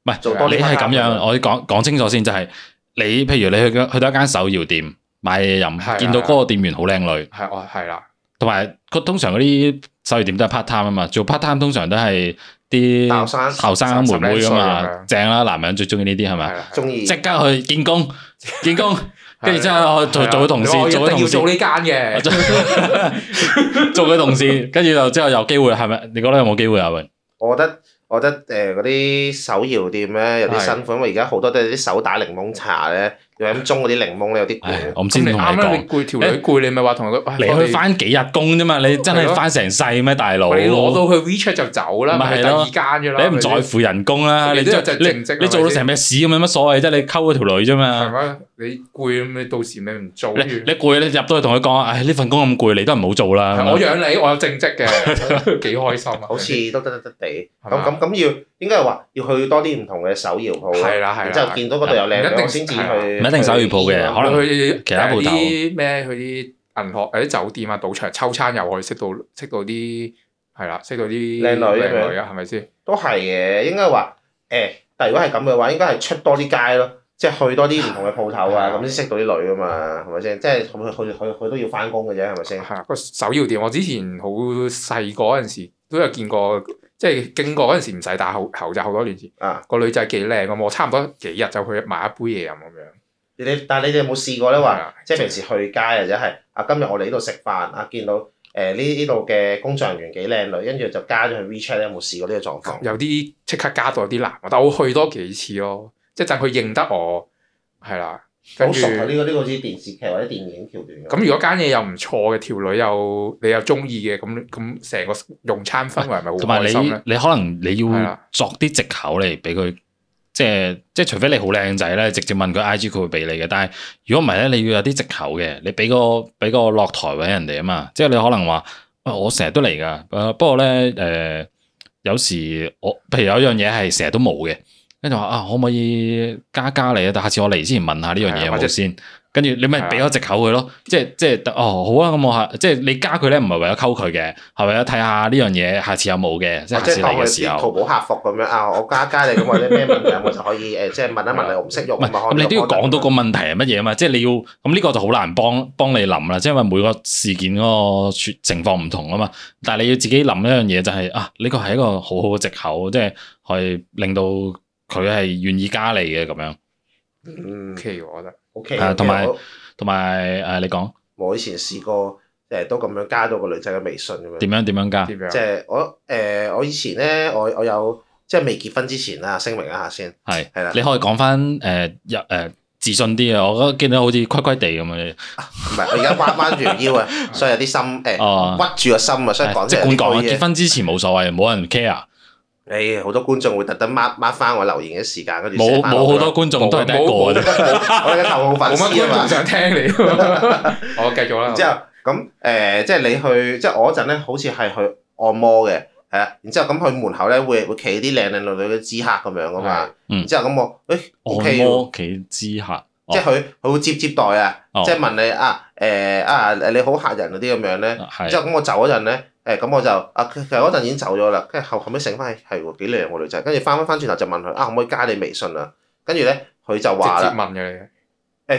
[SPEAKER 1] 唔係
[SPEAKER 3] 做多
[SPEAKER 1] 你
[SPEAKER 3] 啲啊
[SPEAKER 1] 係
[SPEAKER 3] 參加
[SPEAKER 1] 咁樣，我講講清楚先，就係你譬如你去去到一間手搖店買嘢
[SPEAKER 2] 係啊
[SPEAKER 1] 飲，見到嗰個店員好靚女，
[SPEAKER 2] 係哦，係啦，
[SPEAKER 1] 同埋佢通常嗰啲手搖店都係 part time 啊嘛，做 part time 通常都係啲
[SPEAKER 3] 後生
[SPEAKER 1] 後生妹妹
[SPEAKER 2] 十零
[SPEAKER 1] 噶
[SPEAKER 2] 歲咁樣
[SPEAKER 1] 嘛，正啦，男人最中意呢啲係咪？
[SPEAKER 2] 係啦，
[SPEAKER 3] 中意
[SPEAKER 1] 即刻去見 工，見工，跟住之後我做
[SPEAKER 2] 係啊
[SPEAKER 1] 做佢同事
[SPEAKER 2] 你話我，
[SPEAKER 1] 做佢
[SPEAKER 2] 一定要
[SPEAKER 1] 同事
[SPEAKER 2] 做，呢間嘅，
[SPEAKER 1] 做 佢同事，跟住就之後有機會係咪？你覺得有冇機會啊？榮
[SPEAKER 3] 我覺得我覺得誒嗰啲手搖店咧有啲
[SPEAKER 2] 係
[SPEAKER 3] 辛苦，因為而家好多都係啲手打檸檬茶咧，要飲中嗰啲檸檬咧有啲
[SPEAKER 1] 唉
[SPEAKER 3] 攰，。
[SPEAKER 1] 我唔
[SPEAKER 2] 啊咁
[SPEAKER 1] 知
[SPEAKER 2] 你
[SPEAKER 1] 點同
[SPEAKER 2] 啱
[SPEAKER 1] 你
[SPEAKER 2] 啦，
[SPEAKER 1] 講
[SPEAKER 2] 你。攰條女攰，你咪話同佢喂
[SPEAKER 1] 你
[SPEAKER 2] 我哋
[SPEAKER 1] 去翻幾日工啫嘛，你真
[SPEAKER 2] 係
[SPEAKER 1] 係
[SPEAKER 2] 咯
[SPEAKER 1] 翻成世咩，大佬？
[SPEAKER 2] 你攞到佢 WeChat 就走啦，咪
[SPEAKER 1] 咪
[SPEAKER 2] 去
[SPEAKER 1] 係
[SPEAKER 2] 第
[SPEAKER 1] 咯
[SPEAKER 2] 二間嘅啦，
[SPEAKER 1] 你唔在乎人工啦，
[SPEAKER 2] 你
[SPEAKER 1] 你
[SPEAKER 2] 都有
[SPEAKER 1] 真
[SPEAKER 2] 隻正職啊
[SPEAKER 1] 你你做到成咩屎咁有乜所謂啫？你溝嗰條女啫
[SPEAKER 2] 係
[SPEAKER 1] 嘛，
[SPEAKER 2] 咪？你攰咁，你到時你唔做
[SPEAKER 1] 你
[SPEAKER 2] 跟住
[SPEAKER 1] 你攰你入到去同佢講，唉呢份工咁攰，你都唔好做啦。
[SPEAKER 2] 係
[SPEAKER 1] 咁
[SPEAKER 2] 我
[SPEAKER 1] 樣
[SPEAKER 2] 養你，我有正職 嘅，幾開心啊！
[SPEAKER 3] 好似都得得得地，
[SPEAKER 2] 係
[SPEAKER 3] 咁
[SPEAKER 2] 嘛啊
[SPEAKER 3] 咁咁要應該係話要去多啲唔同嘅手搖鋪，啊
[SPEAKER 2] 係啦係
[SPEAKER 3] 然之後
[SPEAKER 2] 啦，
[SPEAKER 3] 見到嗰度有
[SPEAKER 2] 唔一
[SPEAKER 3] 靚
[SPEAKER 2] 定
[SPEAKER 3] 女，我先至去。
[SPEAKER 2] 係啊
[SPEAKER 1] 唔一定手搖鋪嘅可能
[SPEAKER 2] 去
[SPEAKER 1] 其他
[SPEAKER 2] 誒
[SPEAKER 1] 鋪頭
[SPEAKER 2] 啲咩去啲銀行誒啲酒店啊、賭場抽餐又可以識到識到啲係啦，識到啲
[SPEAKER 3] 靚女咁樣
[SPEAKER 2] 靚女啊，係咪先？
[SPEAKER 3] 都係嘅，應該話誒，但如果係咁嘅話，應該係出多啲街咯，即係去多啲唔同嘅鋪頭啊，
[SPEAKER 2] 係啊
[SPEAKER 3] 咁先識到啲女啊嘛，係咪先？即係佢佢佢佢都要翻工嘅啫，係咪先？
[SPEAKER 2] 係啊，個手搖店我之前好細個嗰陣時都有見過，即係經過嗰陣時唔使戴口口罩，好多年前
[SPEAKER 3] 啊，
[SPEAKER 2] 個女仔幾靚咁，我差唔多幾日就去買一杯嘢飲咁樣。
[SPEAKER 3] 你哋但係你哋有冇試過咧話？
[SPEAKER 2] 係啊
[SPEAKER 3] 即係平時去街或者係啊，今日我哋呢度食飯啊，見到誒呢呢度嘅工作人員幾靚女，跟住就加咗去 WeChat 你有冇試過呢個狀況？
[SPEAKER 2] 有啲即刻加到有啲難，但我去多幾次咯，即係陣佢認得我係啦，跟
[SPEAKER 3] 好
[SPEAKER 2] 住
[SPEAKER 3] 熟啊！呢
[SPEAKER 2] 咁
[SPEAKER 3] 個呢個好似電視劇或者電影橋段咁。
[SPEAKER 2] 如果間嘢又唔錯嘅，條女又你又中意嘅，咁咁成個用餐氛圍咪好
[SPEAKER 1] 同埋
[SPEAKER 2] 開心咧？
[SPEAKER 1] 你你可能你
[SPEAKER 2] 係
[SPEAKER 1] 要
[SPEAKER 2] 啦
[SPEAKER 1] 作啲藉口嚟俾佢，即係即係除非你好靚仔咧，直接問佢 I G 佢會俾你嘅。但係如果唔係咧，你要有啲藉口嘅，你俾個俾個落台位人哋啊嘛。即係你可能話，啊我成日都嚟噶，誒不過咧誒、呃有時我譬如有一樣嘢係成日都冇嘅，跟住話啊可唔可以加加你啊？但下次我嚟之前問下呢樣
[SPEAKER 2] 係啊
[SPEAKER 1] 嘢有
[SPEAKER 2] 或者
[SPEAKER 1] 冇先。跟住你咪
[SPEAKER 2] 係啊
[SPEAKER 1] 俾個藉口佢咯，即係即係哦好啊，咁我下即係你加佢咧，唔係為咗溝佢嘅，係為咗睇下呢樣嘢下次有冇嘅，即係
[SPEAKER 3] 或
[SPEAKER 1] 下
[SPEAKER 3] 者
[SPEAKER 1] 次嚟
[SPEAKER 3] 啊當佢
[SPEAKER 1] 嘅時
[SPEAKER 3] 啲淘
[SPEAKER 1] 候。
[SPEAKER 3] 寶客服咁樣啊，我加加你咁或者咩問題有冇就可以誒，即係問一問你，我唔識用
[SPEAKER 1] 唔
[SPEAKER 3] 啊
[SPEAKER 1] 係，
[SPEAKER 3] 咪可
[SPEAKER 1] 咁
[SPEAKER 3] 能
[SPEAKER 1] 你都要
[SPEAKER 3] 有幫
[SPEAKER 1] 講到
[SPEAKER 3] 到
[SPEAKER 1] 個問題係乜嘢啊嘛，即係你要咁呢個就好難幫幫你諗啦，即係因為每個事件嗰個處情況唔同啊嘛。但係你要自己諗一樣嘢就係、啊，呢個係一個好好嘅藉口，即係係令到佢係願意加你嘅咁樣。
[SPEAKER 3] 嗯
[SPEAKER 2] OK，我覺得
[SPEAKER 3] OK
[SPEAKER 1] 啊同埋
[SPEAKER 3] 我
[SPEAKER 1] 同埋誒，你講
[SPEAKER 3] 我以前試過誒都咁樣加到個女仔嘅微信咁樣。
[SPEAKER 1] 點樣點樣加？
[SPEAKER 2] 點
[SPEAKER 3] 即
[SPEAKER 2] 樣？
[SPEAKER 3] 係我誒、我以前咧，我我有即係未結婚之前啦，聲明一下先，
[SPEAKER 1] 係
[SPEAKER 3] 係啦
[SPEAKER 1] 你可以講翻誒入誒自信啲啊！我覺得見到好似規規地咁嘅，
[SPEAKER 3] 唔係我而家彎彎住 條腰啊，所以有啲心誒、
[SPEAKER 1] 哦
[SPEAKER 3] 屈住個心啊，所以講
[SPEAKER 1] 係即
[SPEAKER 3] 真
[SPEAKER 1] 係灌
[SPEAKER 3] 有啲
[SPEAKER 1] 講啊！
[SPEAKER 3] 多
[SPEAKER 1] 結
[SPEAKER 3] 嘢。
[SPEAKER 1] 婚之前冇所謂，冇人 care，啊
[SPEAKER 3] 誒好、多觀眾會特登 mark mark 翻我留言嘅時間，跟住
[SPEAKER 1] 冇
[SPEAKER 3] send 返
[SPEAKER 1] 冇好
[SPEAKER 3] 我
[SPEAKER 1] 多觀眾都係第一個
[SPEAKER 2] 冇
[SPEAKER 1] 嘅啫。
[SPEAKER 3] 我哋嘅頭號
[SPEAKER 2] 冇
[SPEAKER 3] 粉
[SPEAKER 2] 乜觀
[SPEAKER 3] 絲
[SPEAKER 2] 眾
[SPEAKER 3] 啊嘛。
[SPEAKER 2] 想聽 你，我繼
[SPEAKER 1] 啊
[SPEAKER 2] 續啦。
[SPEAKER 3] 然之後咁誒、即係你去，即係我嗰陣咧，好似係去按摩嘅，係啊。然之後咁佢門口咧會會企啲靚靚女女嘅知客咁樣噶嘛。
[SPEAKER 1] 嗯
[SPEAKER 3] 然之後咁我誒、
[SPEAKER 1] 按
[SPEAKER 3] OK
[SPEAKER 1] 摩企之下，
[SPEAKER 3] 即係佢佢會接接待啊，
[SPEAKER 1] 哦
[SPEAKER 3] 即係問你啊誒啊你好嚇人嗰啲咁樣咧。之
[SPEAKER 1] 係
[SPEAKER 3] 後咁我走嗰陣咧，誒咁我就啊其實嗰陣已經走咗啦，跟住後後尾醒翻起係喎幾靚喎女仔，跟住翻翻翻轉頭就問佢啊可唔可以加你微信啊？跟住咧佢就話
[SPEAKER 2] 直接
[SPEAKER 3] 啦，
[SPEAKER 2] 問嘅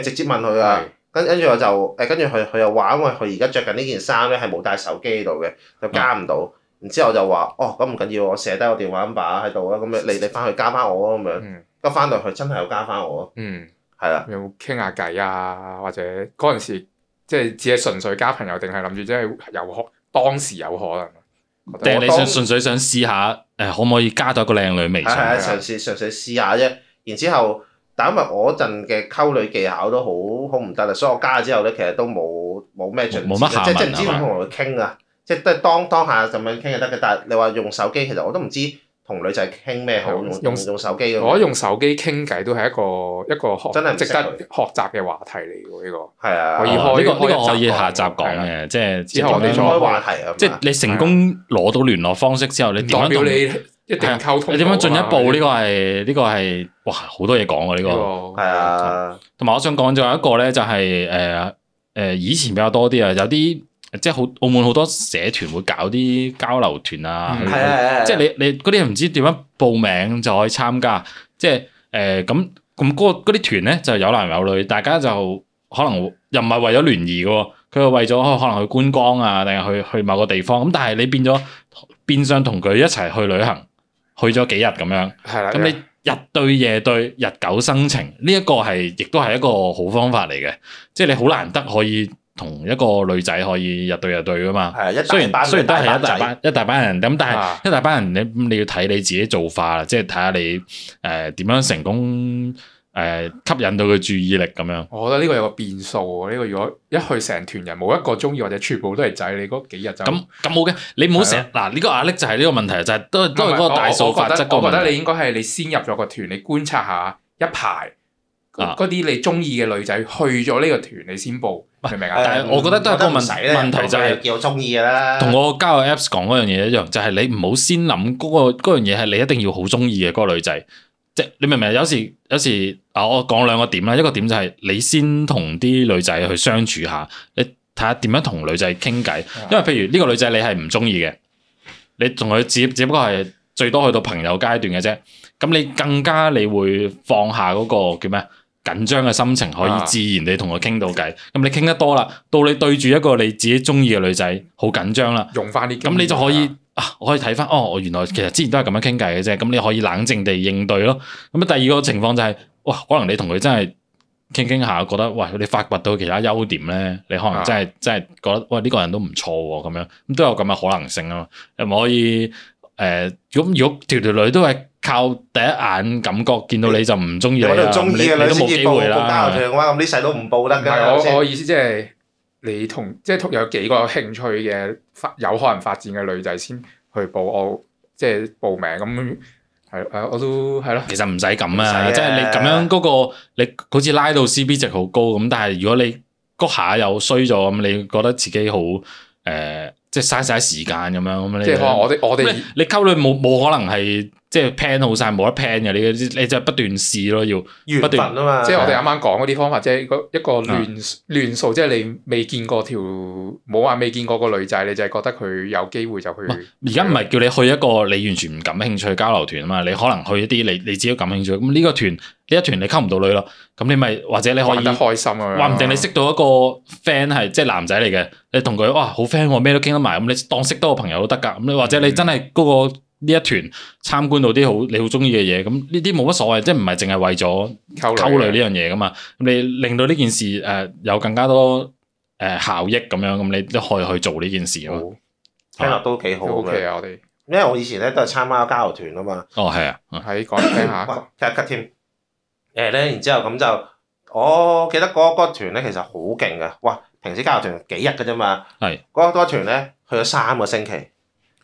[SPEAKER 3] 誒直接問佢
[SPEAKER 2] 你，
[SPEAKER 3] 啊
[SPEAKER 2] 係，
[SPEAKER 3] 跟跟住我就誒跟住佢佢又話，因為佢而家着緊呢件衫咧係冇帶手機喺度嘅，就加唔
[SPEAKER 1] 嗯
[SPEAKER 3] 到。然之後我就話哦咁唔緊要，我寫低我電話 number 喺度啊，咁樣
[SPEAKER 1] 嗯
[SPEAKER 3] 你你翻去加翻我啊咁樣，
[SPEAKER 2] 嗯
[SPEAKER 3] 咁翻到去真係有加翻我，啊
[SPEAKER 2] 嗯。
[SPEAKER 3] 係啦。
[SPEAKER 2] 有冇傾下偈啊？或者嗰陣時即係只係純粹交朋友，定係諗住即係有可當時有可能？
[SPEAKER 1] 定係你
[SPEAKER 3] 我
[SPEAKER 1] 想
[SPEAKER 3] 當
[SPEAKER 1] 純粹想試下誒，可唔可以加到一個靚女微信？
[SPEAKER 3] 係係
[SPEAKER 2] 係
[SPEAKER 3] 啊，
[SPEAKER 2] 啊
[SPEAKER 3] 嘗試嘗試試下啫。然之後誒、但因為我嗰陣嘅溝女技巧都好好唔得啦，啊所以我加咗之後咧，其實都冇冇咩進展
[SPEAKER 1] 冇乜下文
[SPEAKER 3] 即係即係唔知
[SPEAKER 1] 係嘛
[SPEAKER 3] 點同佢傾啊，即係都係當當下咁樣傾就得嘅。但係你話用手機，其實我都唔知同女仔傾咩
[SPEAKER 1] 啊
[SPEAKER 3] 好，用
[SPEAKER 2] 用
[SPEAKER 3] 用用手機咁
[SPEAKER 2] 我
[SPEAKER 3] 樣。
[SPEAKER 2] 用手機傾偈都係一個一個學
[SPEAKER 3] 真係唔識
[SPEAKER 2] 值得
[SPEAKER 3] 佢
[SPEAKER 2] 學習嘅話題嚟喎，呢個
[SPEAKER 3] 係啊，
[SPEAKER 2] 可以
[SPEAKER 1] 哦呢個
[SPEAKER 2] 開
[SPEAKER 1] 呢個可以
[SPEAKER 2] 開一集
[SPEAKER 1] 下集講
[SPEAKER 2] 講係
[SPEAKER 1] 嘅，即係
[SPEAKER 2] 之後我哋
[SPEAKER 3] 開
[SPEAKER 2] 再
[SPEAKER 1] 點樣
[SPEAKER 3] 開話題啊嘛。
[SPEAKER 1] 即係你成功攞到聯絡方式之後，你
[SPEAKER 2] 唔
[SPEAKER 1] 點
[SPEAKER 2] 代
[SPEAKER 1] 樣
[SPEAKER 2] 表
[SPEAKER 1] 同
[SPEAKER 2] 你一定
[SPEAKER 1] 係啊
[SPEAKER 2] 溝通。
[SPEAKER 1] 你點樣進一步？呢個係呢個係哇好多嘢講啊！呢
[SPEAKER 2] 呢
[SPEAKER 1] 個
[SPEAKER 2] 個
[SPEAKER 3] 係啊，
[SPEAKER 1] 同埋我想講仲有一個咧，就係誒誒以前比較多啲啊，有啲即係好澳門好多社團會搞啲交流團啊，
[SPEAKER 2] 嗯
[SPEAKER 1] 去
[SPEAKER 3] 係啊係啊，
[SPEAKER 1] 即係你你嗰啲唔知點樣報名就可以參加，即係誒咁咁嗰嗰啲團咧就有男有女，大家就可能又唔係為咗聯誼嘅喎，佢係為咗可能去觀光啊，定係去去某個地方咁，但係你變咗變相同佢一齊去旅行，去咗幾日咁樣，
[SPEAKER 2] 係啊啦。
[SPEAKER 1] 咁你日對夜對，日久生情，呢、一個係亦都係一個好方法嚟嘅，即係你好難得可以同一個女仔可以日對日對噶嘛。
[SPEAKER 3] 係啊一
[SPEAKER 1] 雖
[SPEAKER 3] 大
[SPEAKER 1] 然
[SPEAKER 3] 班
[SPEAKER 1] 雖然都係
[SPEAKER 3] 大
[SPEAKER 1] 一大
[SPEAKER 3] 仔
[SPEAKER 1] 班一大班人咁，但
[SPEAKER 2] 啊
[SPEAKER 1] 係一大班人你你要睇你自己做法啦，即係睇下你誒點樣成功誒、呃吸引到佢注意力咁樣。
[SPEAKER 2] 我覺得呢個有個變數喎，呢個如果一去成團人冇一個中意或者全部都係仔，你嗰幾日就
[SPEAKER 1] 咁咁冇嘅，你唔好成日嗱呢個壓力就係呢個問題，就係、都係都係嗰個大數法則個
[SPEAKER 2] 我覺
[SPEAKER 1] 問
[SPEAKER 2] 得你
[SPEAKER 1] 題。
[SPEAKER 2] 應該係你先入咗個團，你觀察下一排
[SPEAKER 1] 啊
[SPEAKER 2] 嗰啲你中意嘅女仔去咗呢個團，你先報，明唔明啊？
[SPEAKER 1] 但係我覺得都係個問問題就係
[SPEAKER 3] 叫我中意㗎啦。
[SPEAKER 1] 同我交友 Apps 講嗰樣嘢一樣，就係、你唔好先諗嗰、個嗰樣嘢係你一定要好中意嘅嗰個女仔，即係你明唔啊明？有時有時啊，我講兩個點啦，一個點就係你先同啲女仔去相處下，你睇下點樣同女仔傾偈，因為譬如呢個女仔你係唔中意嘅，你同佢只只不過係最多去到朋友階段嘅啫，咁你更加你會放下嗰、個叫咩？緊張嘅心情可以
[SPEAKER 2] 啊
[SPEAKER 1] 自然地同佢傾到偈，咁你傾得多啦，到你對住一個你自己中意嘅女仔，好緊張啦，
[SPEAKER 2] 用翻啲經驗
[SPEAKER 1] 咁你就可以啊，我可以睇翻哦，我原來其實之前都係咁樣傾偈嘅啫，咁你可以冷靜地應對咯。咁啊第二個情況就係、哇，可能你同佢真係傾傾下，覺得喂，你發掘到其他優點咧，你
[SPEAKER 3] 啊
[SPEAKER 1] 可能真係、真係覺得喂呢、個人都唔錯喎，咁樣咁都有咁嘅可能性啊嘛。又唔可以誒？呃咁、如果條條女都係靠第一眼感覺見到你就唔中意
[SPEAKER 3] 你
[SPEAKER 1] 你
[SPEAKER 3] 揾
[SPEAKER 1] 啦，
[SPEAKER 3] 到中
[SPEAKER 1] 咁
[SPEAKER 3] 意
[SPEAKER 1] 你
[SPEAKER 3] 嘅
[SPEAKER 1] 你
[SPEAKER 3] 女
[SPEAKER 1] 都
[SPEAKER 3] 先
[SPEAKER 1] 冇
[SPEAKER 3] 至
[SPEAKER 1] 機
[SPEAKER 3] 報
[SPEAKER 1] 會
[SPEAKER 3] 報
[SPEAKER 1] 啦
[SPEAKER 3] 交。友團嘅話，咁呢世都唔報得
[SPEAKER 2] 唔
[SPEAKER 3] 㗎
[SPEAKER 2] 係
[SPEAKER 3] 啦。係咪先
[SPEAKER 2] 我我意思即係你同即係同有幾個興趣嘅發有可能發展嘅女仔先去報我即係報名咁係誒我都係咯
[SPEAKER 1] 其實唔使咁
[SPEAKER 3] 唔
[SPEAKER 1] 啊，
[SPEAKER 3] 使嘅
[SPEAKER 1] 即係你咁樣嗰、個你好似拉到 CB 值好高咁，但係如果你嗰下又衰咗咁，你覺得自己好誒、呃即係嘥晒時間咁樣咁你
[SPEAKER 2] 即係可能我哋我
[SPEAKER 1] 咁
[SPEAKER 2] 哋
[SPEAKER 1] 你你溝女冇冇可能係即係 plan 好晒，冇得 plan 嘅，你你就係不斷試咯，要
[SPEAKER 3] 緣
[SPEAKER 1] 不
[SPEAKER 3] 分
[SPEAKER 1] 斷
[SPEAKER 3] 啊嘛，
[SPEAKER 2] 即係我哋啱啱講嗰啲方法，即係一個一個
[SPEAKER 1] 啊
[SPEAKER 2] 亂亂數，即係你未見過條，冇話未見過個女仔，你就係覺得佢有機會就去。
[SPEAKER 1] 而家唔係叫你去一個你完全唔感興趣嘅交流團啊嘛，你可能去一啲你你自己感興趣，咁呢個團呢一團你溝唔到女咯，咁你咪或者你可
[SPEAKER 2] 玩
[SPEAKER 1] 以
[SPEAKER 2] 得。開心咁
[SPEAKER 3] 啊
[SPEAKER 2] 樣。
[SPEAKER 1] 話唔定你識到一個 friend 係即係男仔嚟嘅，你同佢哇好 friend 喎，咩都傾得埋，咁你當識多個朋友都得㗎。咁你
[SPEAKER 3] 嗯
[SPEAKER 1] 或者你真係嗰個呢一團參觀到啲好你好中意嘅嘢，咁呢啲冇乜所謂，即係唔係淨係為咗溝女
[SPEAKER 2] 呢？
[SPEAKER 1] 呢樣嘢㗎嘛？咁你令到呢件事誒、呃有更加多誒、呃效益咁樣，咁你都可以去做呢件事啊嘛。
[SPEAKER 2] 好
[SPEAKER 3] 聽落都幾好
[SPEAKER 2] 都
[SPEAKER 3] 嘅。
[SPEAKER 2] OK 啊！我哋
[SPEAKER 3] 因為我以前咧都係參加交流團啊嘛，
[SPEAKER 1] 哦，係啊，嗯
[SPEAKER 2] 喺講聽下一個。
[SPEAKER 3] 哇 cut cut 添。誒咧，然之後咁就，我記得嗰嗰團咧其實好勁嘅，哇！平時交流團幾日嘅啫嘛，
[SPEAKER 1] 係
[SPEAKER 3] 嗰嗰團咧去咗三個星期，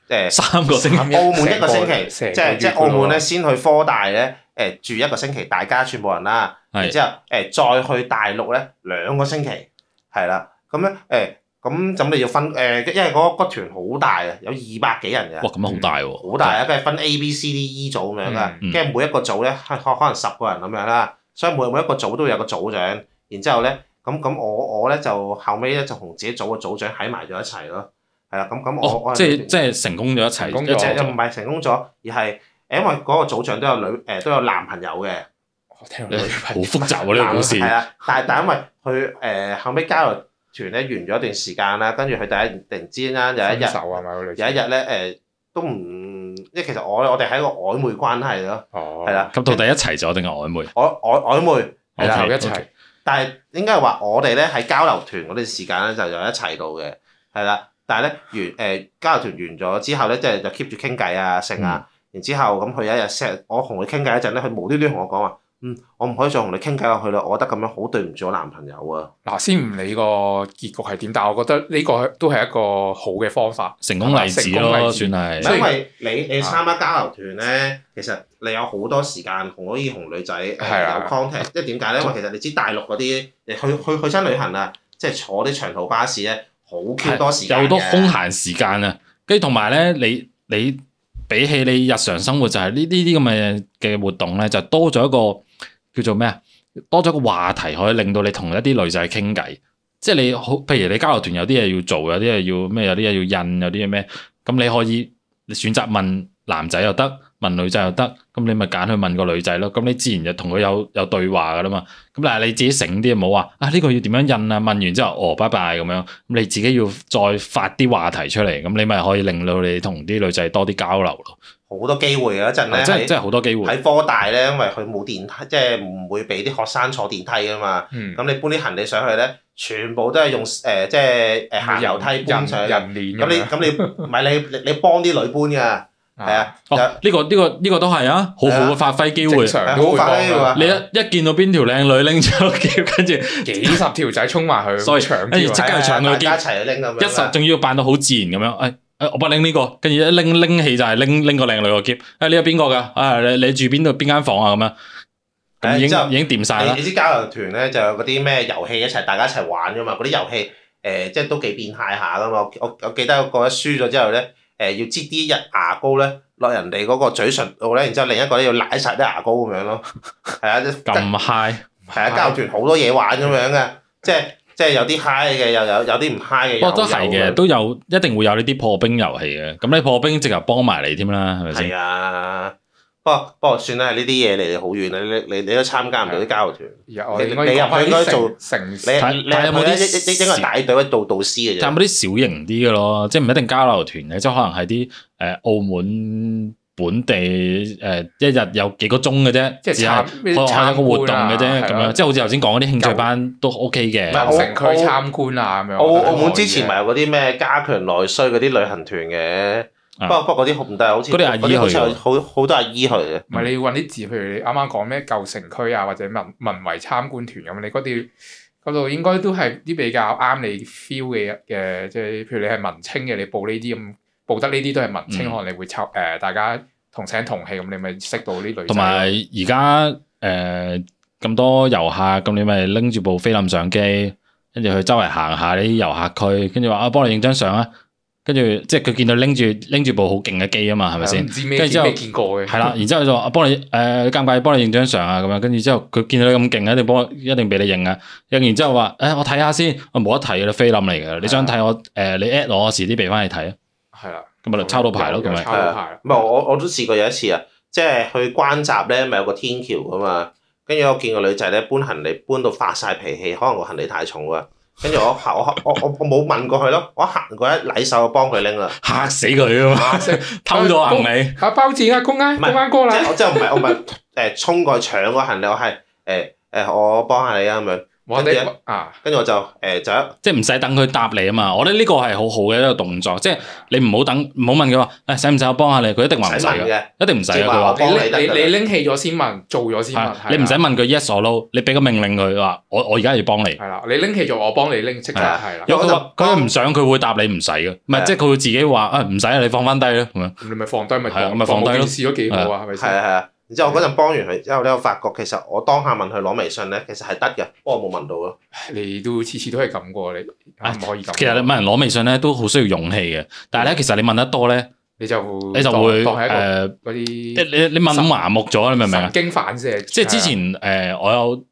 [SPEAKER 3] 誒
[SPEAKER 1] 三個星 期
[SPEAKER 2] 啱
[SPEAKER 3] 澳門一個星期，
[SPEAKER 2] 成個
[SPEAKER 3] 即係即
[SPEAKER 2] 成
[SPEAKER 3] 係
[SPEAKER 2] 個月
[SPEAKER 3] 澳門
[SPEAKER 2] 咯
[SPEAKER 3] 咧先去科大咧，誒住一個星期，大家全部人啦，然
[SPEAKER 1] 係
[SPEAKER 3] 之後誒再去大陸咧兩個星期，係啦，咁咧誒咁咁你要分誒，因為嗰嗰團好大啊，有二百幾人嘅。
[SPEAKER 1] 哇，咁樣好大喎，
[SPEAKER 3] 好大啊，跟住分 A、B、C、D、E 組咁樣啦，
[SPEAKER 1] 嗯
[SPEAKER 3] 跟住每一個組咧可可能十個人咁樣啦，所以每每一個組都有個組長，然之後咧咁咁我我咧就後尾咧就同自己組嘅組長喺埋咗一齊咯，係啦，咁咁我
[SPEAKER 1] 哦
[SPEAKER 3] 我，
[SPEAKER 1] 即係即係成功咗一齊
[SPEAKER 2] 成功
[SPEAKER 1] 一
[SPEAKER 2] 咗
[SPEAKER 1] 齊
[SPEAKER 3] 又唔係成功咗，而係誒因為嗰個組長都有女誒都有男朋友嘅。
[SPEAKER 2] 我聽
[SPEAKER 1] 你
[SPEAKER 2] 落
[SPEAKER 1] 好
[SPEAKER 2] 去
[SPEAKER 1] 複雜喎呢個故事
[SPEAKER 3] 係，啊，但係但因為佢誒、後尾交流團咧完咗一段時間啦，跟住佢第一突然之間有一日
[SPEAKER 2] 分手啊嘛，個女
[SPEAKER 3] 有一
[SPEAKER 2] 仔。
[SPEAKER 3] 日咧誒都唔，即係其實我我哋係一個曖昧關係咯，
[SPEAKER 2] 哦，
[SPEAKER 3] 係啦，
[SPEAKER 1] 咁到底一齊咗定係曖昧？
[SPEAKER 3] 曖曖曖昧，啊係啦
[SPEAKER 2] 然後一
[SPEAKER 1] OK，OK
[SPEAKER 2] 齊。
[SPEAKER 3] 但係應該係話我哋咧喺交流團嗰段時間咧就有一齊到嘅，係啦。但係咧完誒、交流團完咗之後咧，即係就
[SPEAKER 2] 嗯
[SPEAKER 3] keep 住傾偈啊、剩啊。然之後咁佢有一日 set，我同佢傾偈嗰陣咧，佢無端端同我講話：嗯，我唔可以再同你傾偈落去啦，我覺得咁樣好對唔住我男朋友啊。
[SPEAKER 2] 嗱，先唔理個結局係點，但係我覺得呢個都係一個好嘅方法。
[SPEAKER 1] 成功例子
[SPEAKER 2] 成功
[SPEAKER 1] 咯，
[SPEAKER 2] 例子
[SPEAKER 1] 算係。
[SPEAKER 2] 所以啊
[SPEAKER 3] 因為你你參加交流團咧，其實你有好多時間可以同女仔誒
[SPEAKER 2] 係啊
[SPEAKER 3] 有 contact，即係點解咧？因為其實你知大陸嗰啲，你去去去親旅行啊，即係坐啲長途巴士咧，好 Q 多時間
[SPEAKER 1] 有好多
[SPEAKER 3] 嘅
[SPEAKER 1] 空閒時間啊，跟住同埋咧，你你比起你日常生活就係呢呢啲咁嘅嘅活動咧，就多咗一個叫做咩啊，多咗一個話題可以令到你同一啲女仔傾偈，即係你好，譬如你交流團有啲嘢要做，有啲嘢要咩，有啲嘢要印，有啲嘢咩，咁你可以你選擇問男仔又得，問女仔又得，咁你咪揀去問個女仔咯，咁你自然就同佢有有對話噶啦嘛。咁但係你自己醒啲，唔好話啊呢、個要點樣印啊？問完之後，哦，拜拜咁樣。咁你自己要再發啲話題出嚟，咁你咪可以令到你同啲女仔多啲交流咯。
[SPEAKER 3] 好多機會啊！嗰陣咧
[SPEAKER 1] 即係
[SPEAKER 3] 喺
[SPEAKER 1] 即係好多機會。
[SPEAKER 3] 喺科大咧，因為佢冇電梯，即係唔會俾啲學生坐電梯噶嘛。
[SPEAKER 2] 嗯，
[SPEAKER 3] 咁你搬啲行李上去咧，全部都係用誒、即係誒行樓梯搬上
[SPEAKER 2] 人
[SPEAKER 3] 去。
[SPEAKER 2] 人鏈啊
[SPEAKER 3] 咁你咁你唔係你你你幫啲女搬㗎，
[SPEAKER 2] 你
[SPEAKER 3] 係啊，
[SPEAKER 1] 哦，呢、個呢、個呢、個都係啊，好好
[SPEAKER 3] 係
[SPEAKER 1] 嘅
[SPEAKER 3] 啊
[SPEAKER 1] 發揮機
[SPEAKER 2] 正
[SPEAKER 1] 會。
[SPEAKER 2] 常
[SPEAKER 3] 好
[SPEAKER 2] 都會幫
[SPEAKER 3] 快
[SPEAKER 2] 㗎
[SPEAKER 3] 啊
[SPEAKER 1] 你一一見到邊條靚女拎咗個 叫，跟住
[SPEAKER 2] 幾十條仔衝埋 去，
[SPEAKER 1] Sorry，
[SPEAKER 2] 搶
[SPEAKER 1] 哎
[SPEAKER 2] 票
[SPEAKER 1] 即刻去搶佢
[SPEAKER 3] 啊大
[SPEAKER 1] 機
[SPEAKER 3] 家一齊去拎咁樣
[SPEAKER 1] 一手
[SPEAKER 3] 啦。
[SPEAKER 1] 仲要扮到好自然咁樣，誒、哎、誒、我不拎呢、個，跟住一拎拎起就係拎拎個靚女個箧，誒、哎、你有邊個㗎？啊你你住邊度邊間房啊咁樣，咁已
[SPEAKER 3] 誒之後
[SPEAKER 1] 經已經掂晒
[SPEAKER 3] 你
[SPEAKER 1] 啦。
[SPEAKER 3] 你知交流團咧就有嗰啲咩遊戲一齊大家一齊玩㗎嘛？嗰啲遊戲誒、呃即係都幾變態下㗎嘛！我我我記得有個一輸咗之後咧，誒、要擠啲日牙膏咧落人哋嗰個嘴唇度咧，然之後另一個咧要舐晒啲牙膏咁樣咯。 係啊，
[SPEAKER 1] 咁 high，
[SPEAKER 3] 係啊，交流團好多嘢玩咁樣嘅，即係即係有啲 high 嘅，又有有啲唔 high 嘅，
[SPEAKER 1] 不過都係
[SPEAKER 3] 係
[SPEAKER 1] 嘅，都有一定會有呢啲破冰遊戲嘅。咁你破冰直頭幫埋你添啦，係咪先？
[SPEAKER 3] 係啊。不過不過算啦，呢啲嘢離你好遠啦，你你你都參加唔到啲交流團，
[SPEAKER 2] 而家我哋
[SPEAKER 3] 你
[SPEAKER 2] 應該
[SPEAKER 3] 你
[SPEAKER 2] 要
[SPEAKER 3] 入去
[SPEAKER 2] 講
[SPEAKER 3] 應該
[SPEAKER 2] 翻
[SPEAKER 3] 做
[SPEAKER 2] 啲成成
[SPEAKER 3] 你
[SPEAKER 1] 啊睇
[SPEAKER 3] 你
[SPEAKER 1] 睇有冇啲
[SPEAKER 3] 係應應該係大隊或者做導師嘅
[SPEAKER 1] 但
[SPEAKER 3] 啫。
[SPEAKER 1] 係嗰啲小型啲嘅咯，即係唔一定交流團嘅，即係可能係啲誒澳門本地誒、呃一日有幾個鐘嘅啫，
[SPEAKER 2] 即係
[SPEAKER 1] 只係可能
[SPEAKER 2] 參
[SPEAKER 1] 係一個活動嘅啫，咁
[SPEAKER 2] 參觀啊係
[SPEAKER 1] 樣
[SPEAKER 2] 咯
[SPEAKER 1] 即係好似頭先講嗰啲興趣班都 OK
[SPEAKER 3] 唔係
[SPEAKER 1] 嘅。
[SPEAKER 3] 我
[SPEAKER 2] 城區參觀啊咁樣。
[SPEAKER 3] 澳
[SPEAKER 2] 我覺得
[SPEAKER 3] 澳門之
[SPEAKER 2] 可以嘅
[SPEAKER 3] 前咪有嗰啲咩加強內需嗰啲旅行團嘅，
[SPEAKER 1] 啊
[SPEAKER 3] 不過不過嗰啲唔得，啊好似
[SPEAKER 1] 嗰啲阿姨
[SPEAKER 3] 好似
[SPEAKER 1] 去嘅
[SPEAKER 3] 係好好多阿姨去嘅。
[SPEAKER 2] 唔係你要揾啲字，譬如你啱啱講咩舊城區啊，或者文文遺參觀團咁，你嗰啲嗰度應該都係啲比較啱你 feel 嘅嘅，即係譬如你係文青嘅，你報呢啲咁報得呢啲都係文青，
[SPEAKER 1] 嗯
[SPEAKER 2] 可能你會湊誒、大家同聲同氣咁，你咪識到啲女仔咯。
[SPEAKER 1] 同埋而家誒咁多遊客，咁你咪拎住部菲林相機，跟住去周圍行下啲遊客區，跟住話啊幫你影張相啊，跟住即係佢見到拎住拎住部好勁嘅機啊嘛，係咪先
[SPEAKER 2] 唔？知咩
[SPEAKER 1] 跟住之後
[SPEAKER 2] 咩見過嘅？
[SPEAKER 1] 係 啦，然之後就話啊幫你誒、尷尬，幫你影張相啊咁樣，跟住之後佢見到你咁勁，一定幫我一定俾你影啊。影完之後話誒、我睇下先，我冇得睇嘅啦，菲林嚟嘅，你想睇我誒、你 at 我，我遲啲俾翻你睇啊，
[SPEAKER 2] 係啦，
[SPEAKER 1] 咁咪就抄到牌咯，咁咪
[SPEAKER 2] 抄到牌。
[SPEAKER 3] 唔係啊我我都試過有一次啊，即係去關閘咧，咪有個天橋噶嘛，跟住我見個女仔咧搬行李搬到發晒脾氣，可能個行李太重啊，跟住我行我我我我冇問過佢咯，我行過一禮手就幫佢拎啦，
[SPEAKER 1] 嚇死佢啊嘛，
[SPEAKER 2] 啊識
[SPEAKER 1] 偷咗我行李。
[SPEAKER 2] 啊包剪啊，公啊，
[SPEAKER 3] 唔
[SPEAKER 2] 公
[SPEAKER 3] 係
[SPEAKER 2] 安哥
[SPEAKER 3] 即
[SPEAKER 2] 啦
[SPEAKER 3] 係，我即係唔係我咪誒衝過去搶個行李，我係誒誒我幫下你啊咁樣，
[SPEAKER 2] 我
[SPEAKER 3] 跟住
[SPEAKER 2] 哋啊，
[SPEAKER 3] 跟住我就誒、就一
[SPEAKER 1] 即係唔使等佢答你啊嘛，我覺得呢個係好好嘅一個動作，即係你唔好等，唔好問佢話，誒使唔使我幫下你？佢一定話唔使
[SPEAKER 3] 洗問
[SPEAKER 1] 嘅，
[SPEAKER 3] 嘅，
[SPEAKER 1] 一定唔使
[SPEAKER 3] 即
[SPEAKER 1] 嘅。
[SPEAKER 3] 係
[SPEAKER 1] 佢
[SPEAKER 3] 話
[SPEAKER 1] 話
[SPEAKER 3] 我幫你
[SPEAKER 2] 你
[SPEAKER 3] 得
[SPEAKER 2] 你
[SPEAKER 3] 㗎啦
[SPEAKER 2] 你拎起咗先問，做咗先問，
[SPEAKER 1] 係
[SPEAKER 2] 係
[SPEAKER 1] 你唔使
[SPEAKER 2] 啦
[SPEAKER 1] 問佢 yes or no，你俾個命令佢話，我我而家要幫你。
[SPEAKER 2] 係啦，你拎起咗我幫你拎，即刻
[SPEAKER 1] 係啊
[SPEAKER 2] 係啦。
[SPEAKER 1] 如果佢話
[SPEAKER 3] 我就
[SPEAKER 1] 佢唔想，佢會答你唔使嘅，唔
[SPEAKER 3] 係啊
[SPEAKER 1] 係即係佢會自己話啊唔使啊，你放翻低啦咁樣。
[SPEAKER 2] 咁你咪放低咪
[SPEAKER 1] 係啊
[SPEAKER 2] 放
[SPEAKER 1] 咁咪放低咯
[SPEAKER 2] 冇件事都幾好啊，係咪
[SPEAKER 3] 係
[SPEAKER 2] 先？
[SPEAKER 3] 啊係啊。然之後我嗰陣幫完佢之後咧，我發覺其實我當下問佢攞微信咧，其實係得嘅，不過我冇問到咯。
[SPEAKER 2] 你都次次都係咁過，你
[SPEAKER 1] 啊
[SPEAKER 2] 唔可以咁。
[SPEAKER 1] 其實你問人攞微信咧都好需要勇氣嘅，但係咧其實你問得多咧，
[SPEAKER 2] 你就
[SPEAKER 1] 你就會
[SPEAKER 2] 當當係
[SPEAKER 1] 誒，
[SPEAKER 2] 一個嗰
[SPEAKER 1] 你
[SPEAKER 2] 啲
[SPEAKER 1] 你你問到麻木咗，你明唔明啊
[SPEAKER 2] 神？經反射。啊
[SPEAKER 1] 即係之前誒、呃我有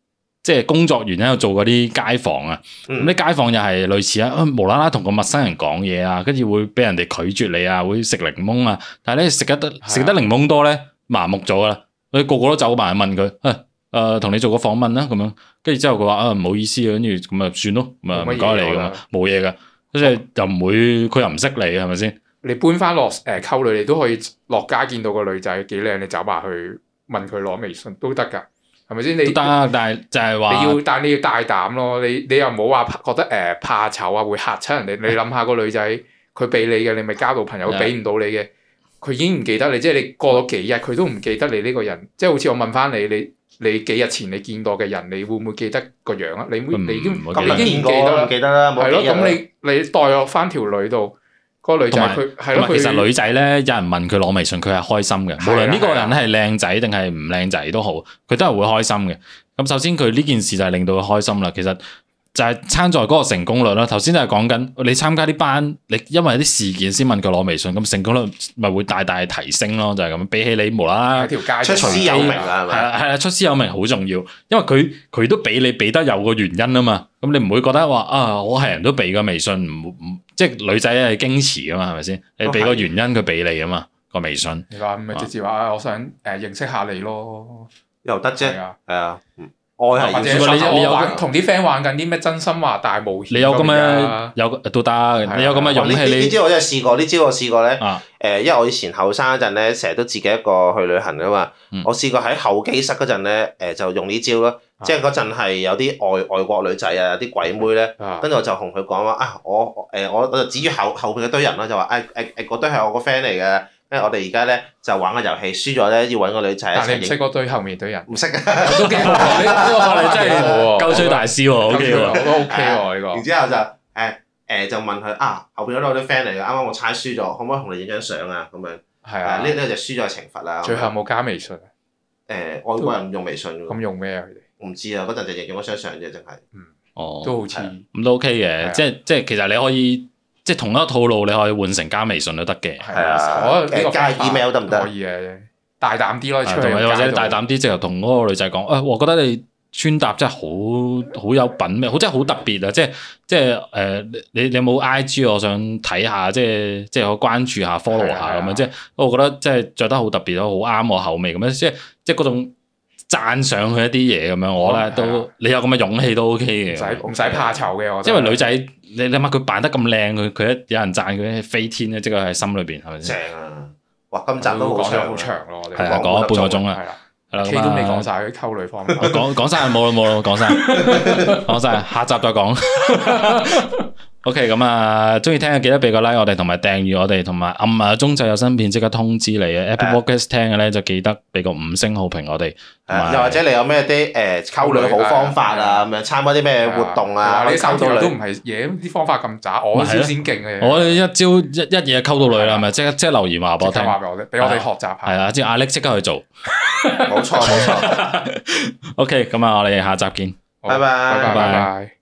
[SPEAKER 1] 即係工作完咧，有做過啲街訪啊。咁
[SPEAKER 3] 嗯
[SPEAKER 1] 啲、街訪又係類似啊，啊無啦啦同個陌生人講嘢啊，跟住會俾人哋拒絕你啊，會食檸檬啊。但係咧食得得
[SPEAKER 2] 啊
[SPEAKER 1] 食得檸檬多咧，麻木咗啦。佢個個都走埋問佢，誒、誒同你做個訪問啦咁樣。跟住之後佢話啊唔好意思啊，跟住咁啊算咯，咁啊唔
[SPEAKER 2] 冇乜嘢
[SPEAKER 1] 該你咁
[SPEAKER 2] 啦
[SPEAKER 1] 啊，冇嘢噶。即係又唔會，佢又唔識你係咪先？
[SPEAKER 2] 你搬翻落誒溝女，你都可以落街見到個女仔幾靚，你走埋去問佢攞微信都得㗎，係咪先？你
[SPEAKER 1] 都得，但係就係
[SPEAKER 2] 你
[SPEAKER 1] 話
[SPEAKER 2] 要，但你要大膽咯。你你又唔好話覺得誒、呃怕醜啊，會嚇 親人哋。你諗下個女仔，佢俾你嘅，你咪交到朋友；
[SPEAKER 1] 係
[SPEAKER 2] 俾唔到你嘅，佢已經唔記得你。即係你過咗幾日，佢都唔記得你呢個人。即係好似我問翻你，你你幾日前你見過嘅人，你會唔會記得個樣啊？你會
[SPEAKER 1] 嗯
[SPEAKER 2] 你已經
[SPEAKER 1] 我
[SPEAKER 2] 咁
[SPEAKER 1] 記得
[SPEAKER 3] 咁
[SPEAKER 2] 你
[SPEAKER 3] 你
[SPEAKER 2] 已經唔
[SPEAKER 3] 見
[SPEAKER 2] 記
[SPEAKER 3] 過
[SPEAKER 2] 得
[SPEAKER 3] 啦，唔
[SPEAKER 2] 啦，
[SPEAKER 3] 記得啦，冇
[SPEAKER 2] 係咯。
[SPEAKER 3] 幾日啦
[SPEAKER 2] 咁你你代落翻條女度，嗰個女仔
[SPEAKER 1] 同埋
[SPEAKER 2] 佢
[SPEAKER 1] 同
[SPEAKER 2] 係咯，
[SPEAKER 1] 埋啊
[SPEAKER 2] 佢
[SPEAKER 1] 其實女仔咧，有人問佢攞微信，佢係開心嘅。
[SPEAKER 2] 係啊
[SPEAKER 1] 無論呢個人係靚仔定係唔靚仔都好，佢都係會開心嘅。咁首先佢呢件事就係令到佢開心啦。其實就係撐在嗰個成功率啦。頭先就係講緊你參加啲班，你因為啲事件先問佢攞微信，咁成功率咪會大大提升咯。就係咁，比起你無啦啦
[SPEAKER 2] 喺。條街
[SPEAKER 3] 出
[SPEAKER 2] 度
[SPEAKER 3] 師有名啦，係
[SPEAKER 1] 係
[SPEAKER 3] 咪？
[SPEAKER 1] 啊係啊，出師有名好重要，因為佢佢都俾你俾得有個原因啊嘛，咁你唔會覺得話啊，我係人都俾個微信，唔唔即係女仔係矜持啊嘛，係咪先？你俾個原因佢俾你啊嘛，個微信
[SPEAKER 2] 你話咪直接話啊，我想誒認識下你咯，
[SPEAKER 3] 又得啫
[SPEAKER 2] 係，啊，
[SPEAKER 3] 係啊，嗯愛
[SPEAKER 2] 或
[SPEAKER 3] 係要
[SPEAKER 2] 者
[SPEAKER 1] 如
[SPEAKER 3] 出
[SPEAKER 1] 果你
[SPEAKER 3] 口
[SPEAKER 1] 你有
[SPEAKER 2] 我
[SPEAKER 3] 啊
[SPEAKER 2] 玩同啲 friend 玩緊啲咩真心話大冒險，
[SPEAKER 1] 你有咁嘅
[SPEAKER 2] 嘅，
[SPEAKER 1] 有都得，你有咁嘅勇
[SPEAKER 3] 呢呢呢
[SPEAKER 1] 氣
[SPEAKER 3] 招我真係試過，呢招我試過咧。誒、
[SPEAKER 1] 啊
[SPEAKER 3] 因為我以前後生嗰陣咧，成日都自己一個去旅行噶嘛。
[SPEAKER 1] 嗯
[SPEAKER 3] 我試過喺候機室嗰陣咧，誒、就用呢招咯。
[SPEAKER 2] 啊
[SPEAKER 3] 即係嗰陣係有啲外外國女仔啊，有啲鬼妹咧，
[SPEAKER 2] 啊
[SPEAKER 3] 跟住我就同佢講話啊，我我誒我我就指住後後邊嗰堆人啦，就話誒誒誒嗰堆係我個 friend 嚟嘅，因為我哋而家咧就玩個遊戲，輸咗咧要揾個女仔一
[SPEAKER 2] 但
[SPEAKER 3] 齊
[SPEAKER 2] 你唔識
[SPEAKER 3] 影。
[SPEAKER 2] 嗰堆後面堆人，
[SPEAKER 3] 唔識啊！
[SPEAKER 2] 都幾好喎，呢
[SPEAKER 1] 你真係
[SPEAKER 2] 夠
[SPEAKER 1] 夠吹大師喎，OK
[SPEAKER 2] 我
[SPEAKER 1] 喎，
[SPEAKER 2] 都 OK 喎呢個
[SPEAKER 3] 然。之後就誒誒就問佢啊，後邊嗰度有啲 friend 嚟嘅，啱啱我猜輸咗，可唔可以同你影張相啊？咁樣
[SPEAKER 2] 係
[SPEAKER 3] 啊，
[SPEAKER 2] 啊
[SPEAKER 3] 呢，呢個就輸咗嘅懲罰啦。
[SPEAKER 2] 最後有冇加微信啊？
[SPEAKER 3] 誒外國人唔用微信㗎喎，
[SPEAKER 2] 咁用咩啊？佢哋
[SPEAKER 3] 我唔知啊，嗰陣就影咗張相啫，淨係。
[SPEAKER 1] 哦，
[SPEAKER 2] 都好似
[SPEAKER 3] 係
[SPEAKER 1] 咁都 OK
[SPEAKER 2] 係啊
[SPEAKER 1] 嘅，即係即係其實你可以即係同一個套路，你可以換成加微信都得嘅。
[SPEAKER 2] 係啊，我覺得呢
[SPEAKER 3] 誒
[SPEAKER 2] 個
[SPEAKER 3] 加
[SPEAKER 2] 方法
[SPEAKER 3] email 得唔
[SPEAKER 2] 可
[SPEAKER 3] 得？
[SPEAKER 2] 以嘅，大膽啲咯，出
[SPEAKER 1] 啊
[SPEAKER 2] 去
[SPEAKER 1] 同埋或者大
[SPEAKER 2] 膽
[SPEAKER 1] 膽啲，直頭同嗰個女仔講，誒、我覺得你穿搭真係好好有品味，好真係好特別啊！即係即係誒、你你你有冇 I G？我想睇下，即係即係我關注下、follow
[SPEAKER 2] 係啊
[SPEAKER 1] 下咁樣，即係我覺得即係着得好特別咯，好啱我口味咁樣，即係即係嗰種讚賞佢一啲嘢咁樣，我
[SPEAKER 2] 係
[SPEAKER 1] 咧
[SPEAKER 2] 啊
[SPEAKER 1] 都你有咁嘅勇氣都 OK
[SPEAKER 2] 唔使
[SPEAKER 1] 嘅。
[SPEAKER 2] 唔使怕醜嘅，我覺
[SPEAKER 1] 因
[SPEAKER 2] 得
[SPEAKER 1] 為女仔，你諗下佢扮得咁靚，佢佢一有人讚佢飛天咧，即係佢喺心裏邊係咪先？
[SPEAKER 3] 正啊！哇，今集都好
[SPEAKER 2] 嗯講咗好
[SPEAKER 3] 長啊，
[SPEAKER 2] 長咯，我哋
[SPEAKER 1] 係啊，
[SPEAKER 3] 講
[SPEAKER 1] 講咗半個鐘啦，
[SPEAKER 2] 係啦
[SPEAKER 1] 係啦，
[SPEAKER 2] ，K
[SPEAKER 1] 咁啊
[SPEAKER 2] 都未講晒啲溝女方面，
[SPEAKER 1] 我講講晒冇啦冇啦，講晒講晒，下集再講。OK，咁啊，中意聽嘅記得俾個 like 我哋，同埋訂閱我哋，同埋暗啊鐘就有新片即刻通知你啊。Apple
[SPEAKER 3] 啊
[SPEAKER 1] Podcast 聽嘅咧就記得俾個五星好評我哋，同
[SPEAKER 3] 啊
[SPEAKER 1] 埋
[SPEAKER 3] 又或者你有咩啲誒溝女好方法啊？咁樣參加啲咩活動啊？
[SPEAKER 2] 呢三
[SPEAKER 3] 溝
[SPEAKER 2] 條
[SPEAKER 3] 到
[SPEAKER 2] 都
[SPEAKER 3] 女
[SPEAKER 2] 唔係嘢，啲方法咁渣，我先先勁嘅，
[SPEAKER 1] 我哋一招一一嘢溝到女啦，係咪即刻即刻留言話俾我
[SPEAKER 2] 啊即
[SPEAKER 1] 聽
[SPEAKER 2] 刻，話俾我哋，俾我哋學習
[SPEAKER 1] 係
[SPEAKER 2] 下。
[SPEAKER 1] 啊，即係阿力即刻去 做。
[SPEAKER 3] 冇錯冇錯，
[SPEAKER 1] OK，咁啊，我哋下集見。
[SPEAKER 2] 好
[SPEAKER 3] 拜拜
[SPEAKER 2] 拜拜。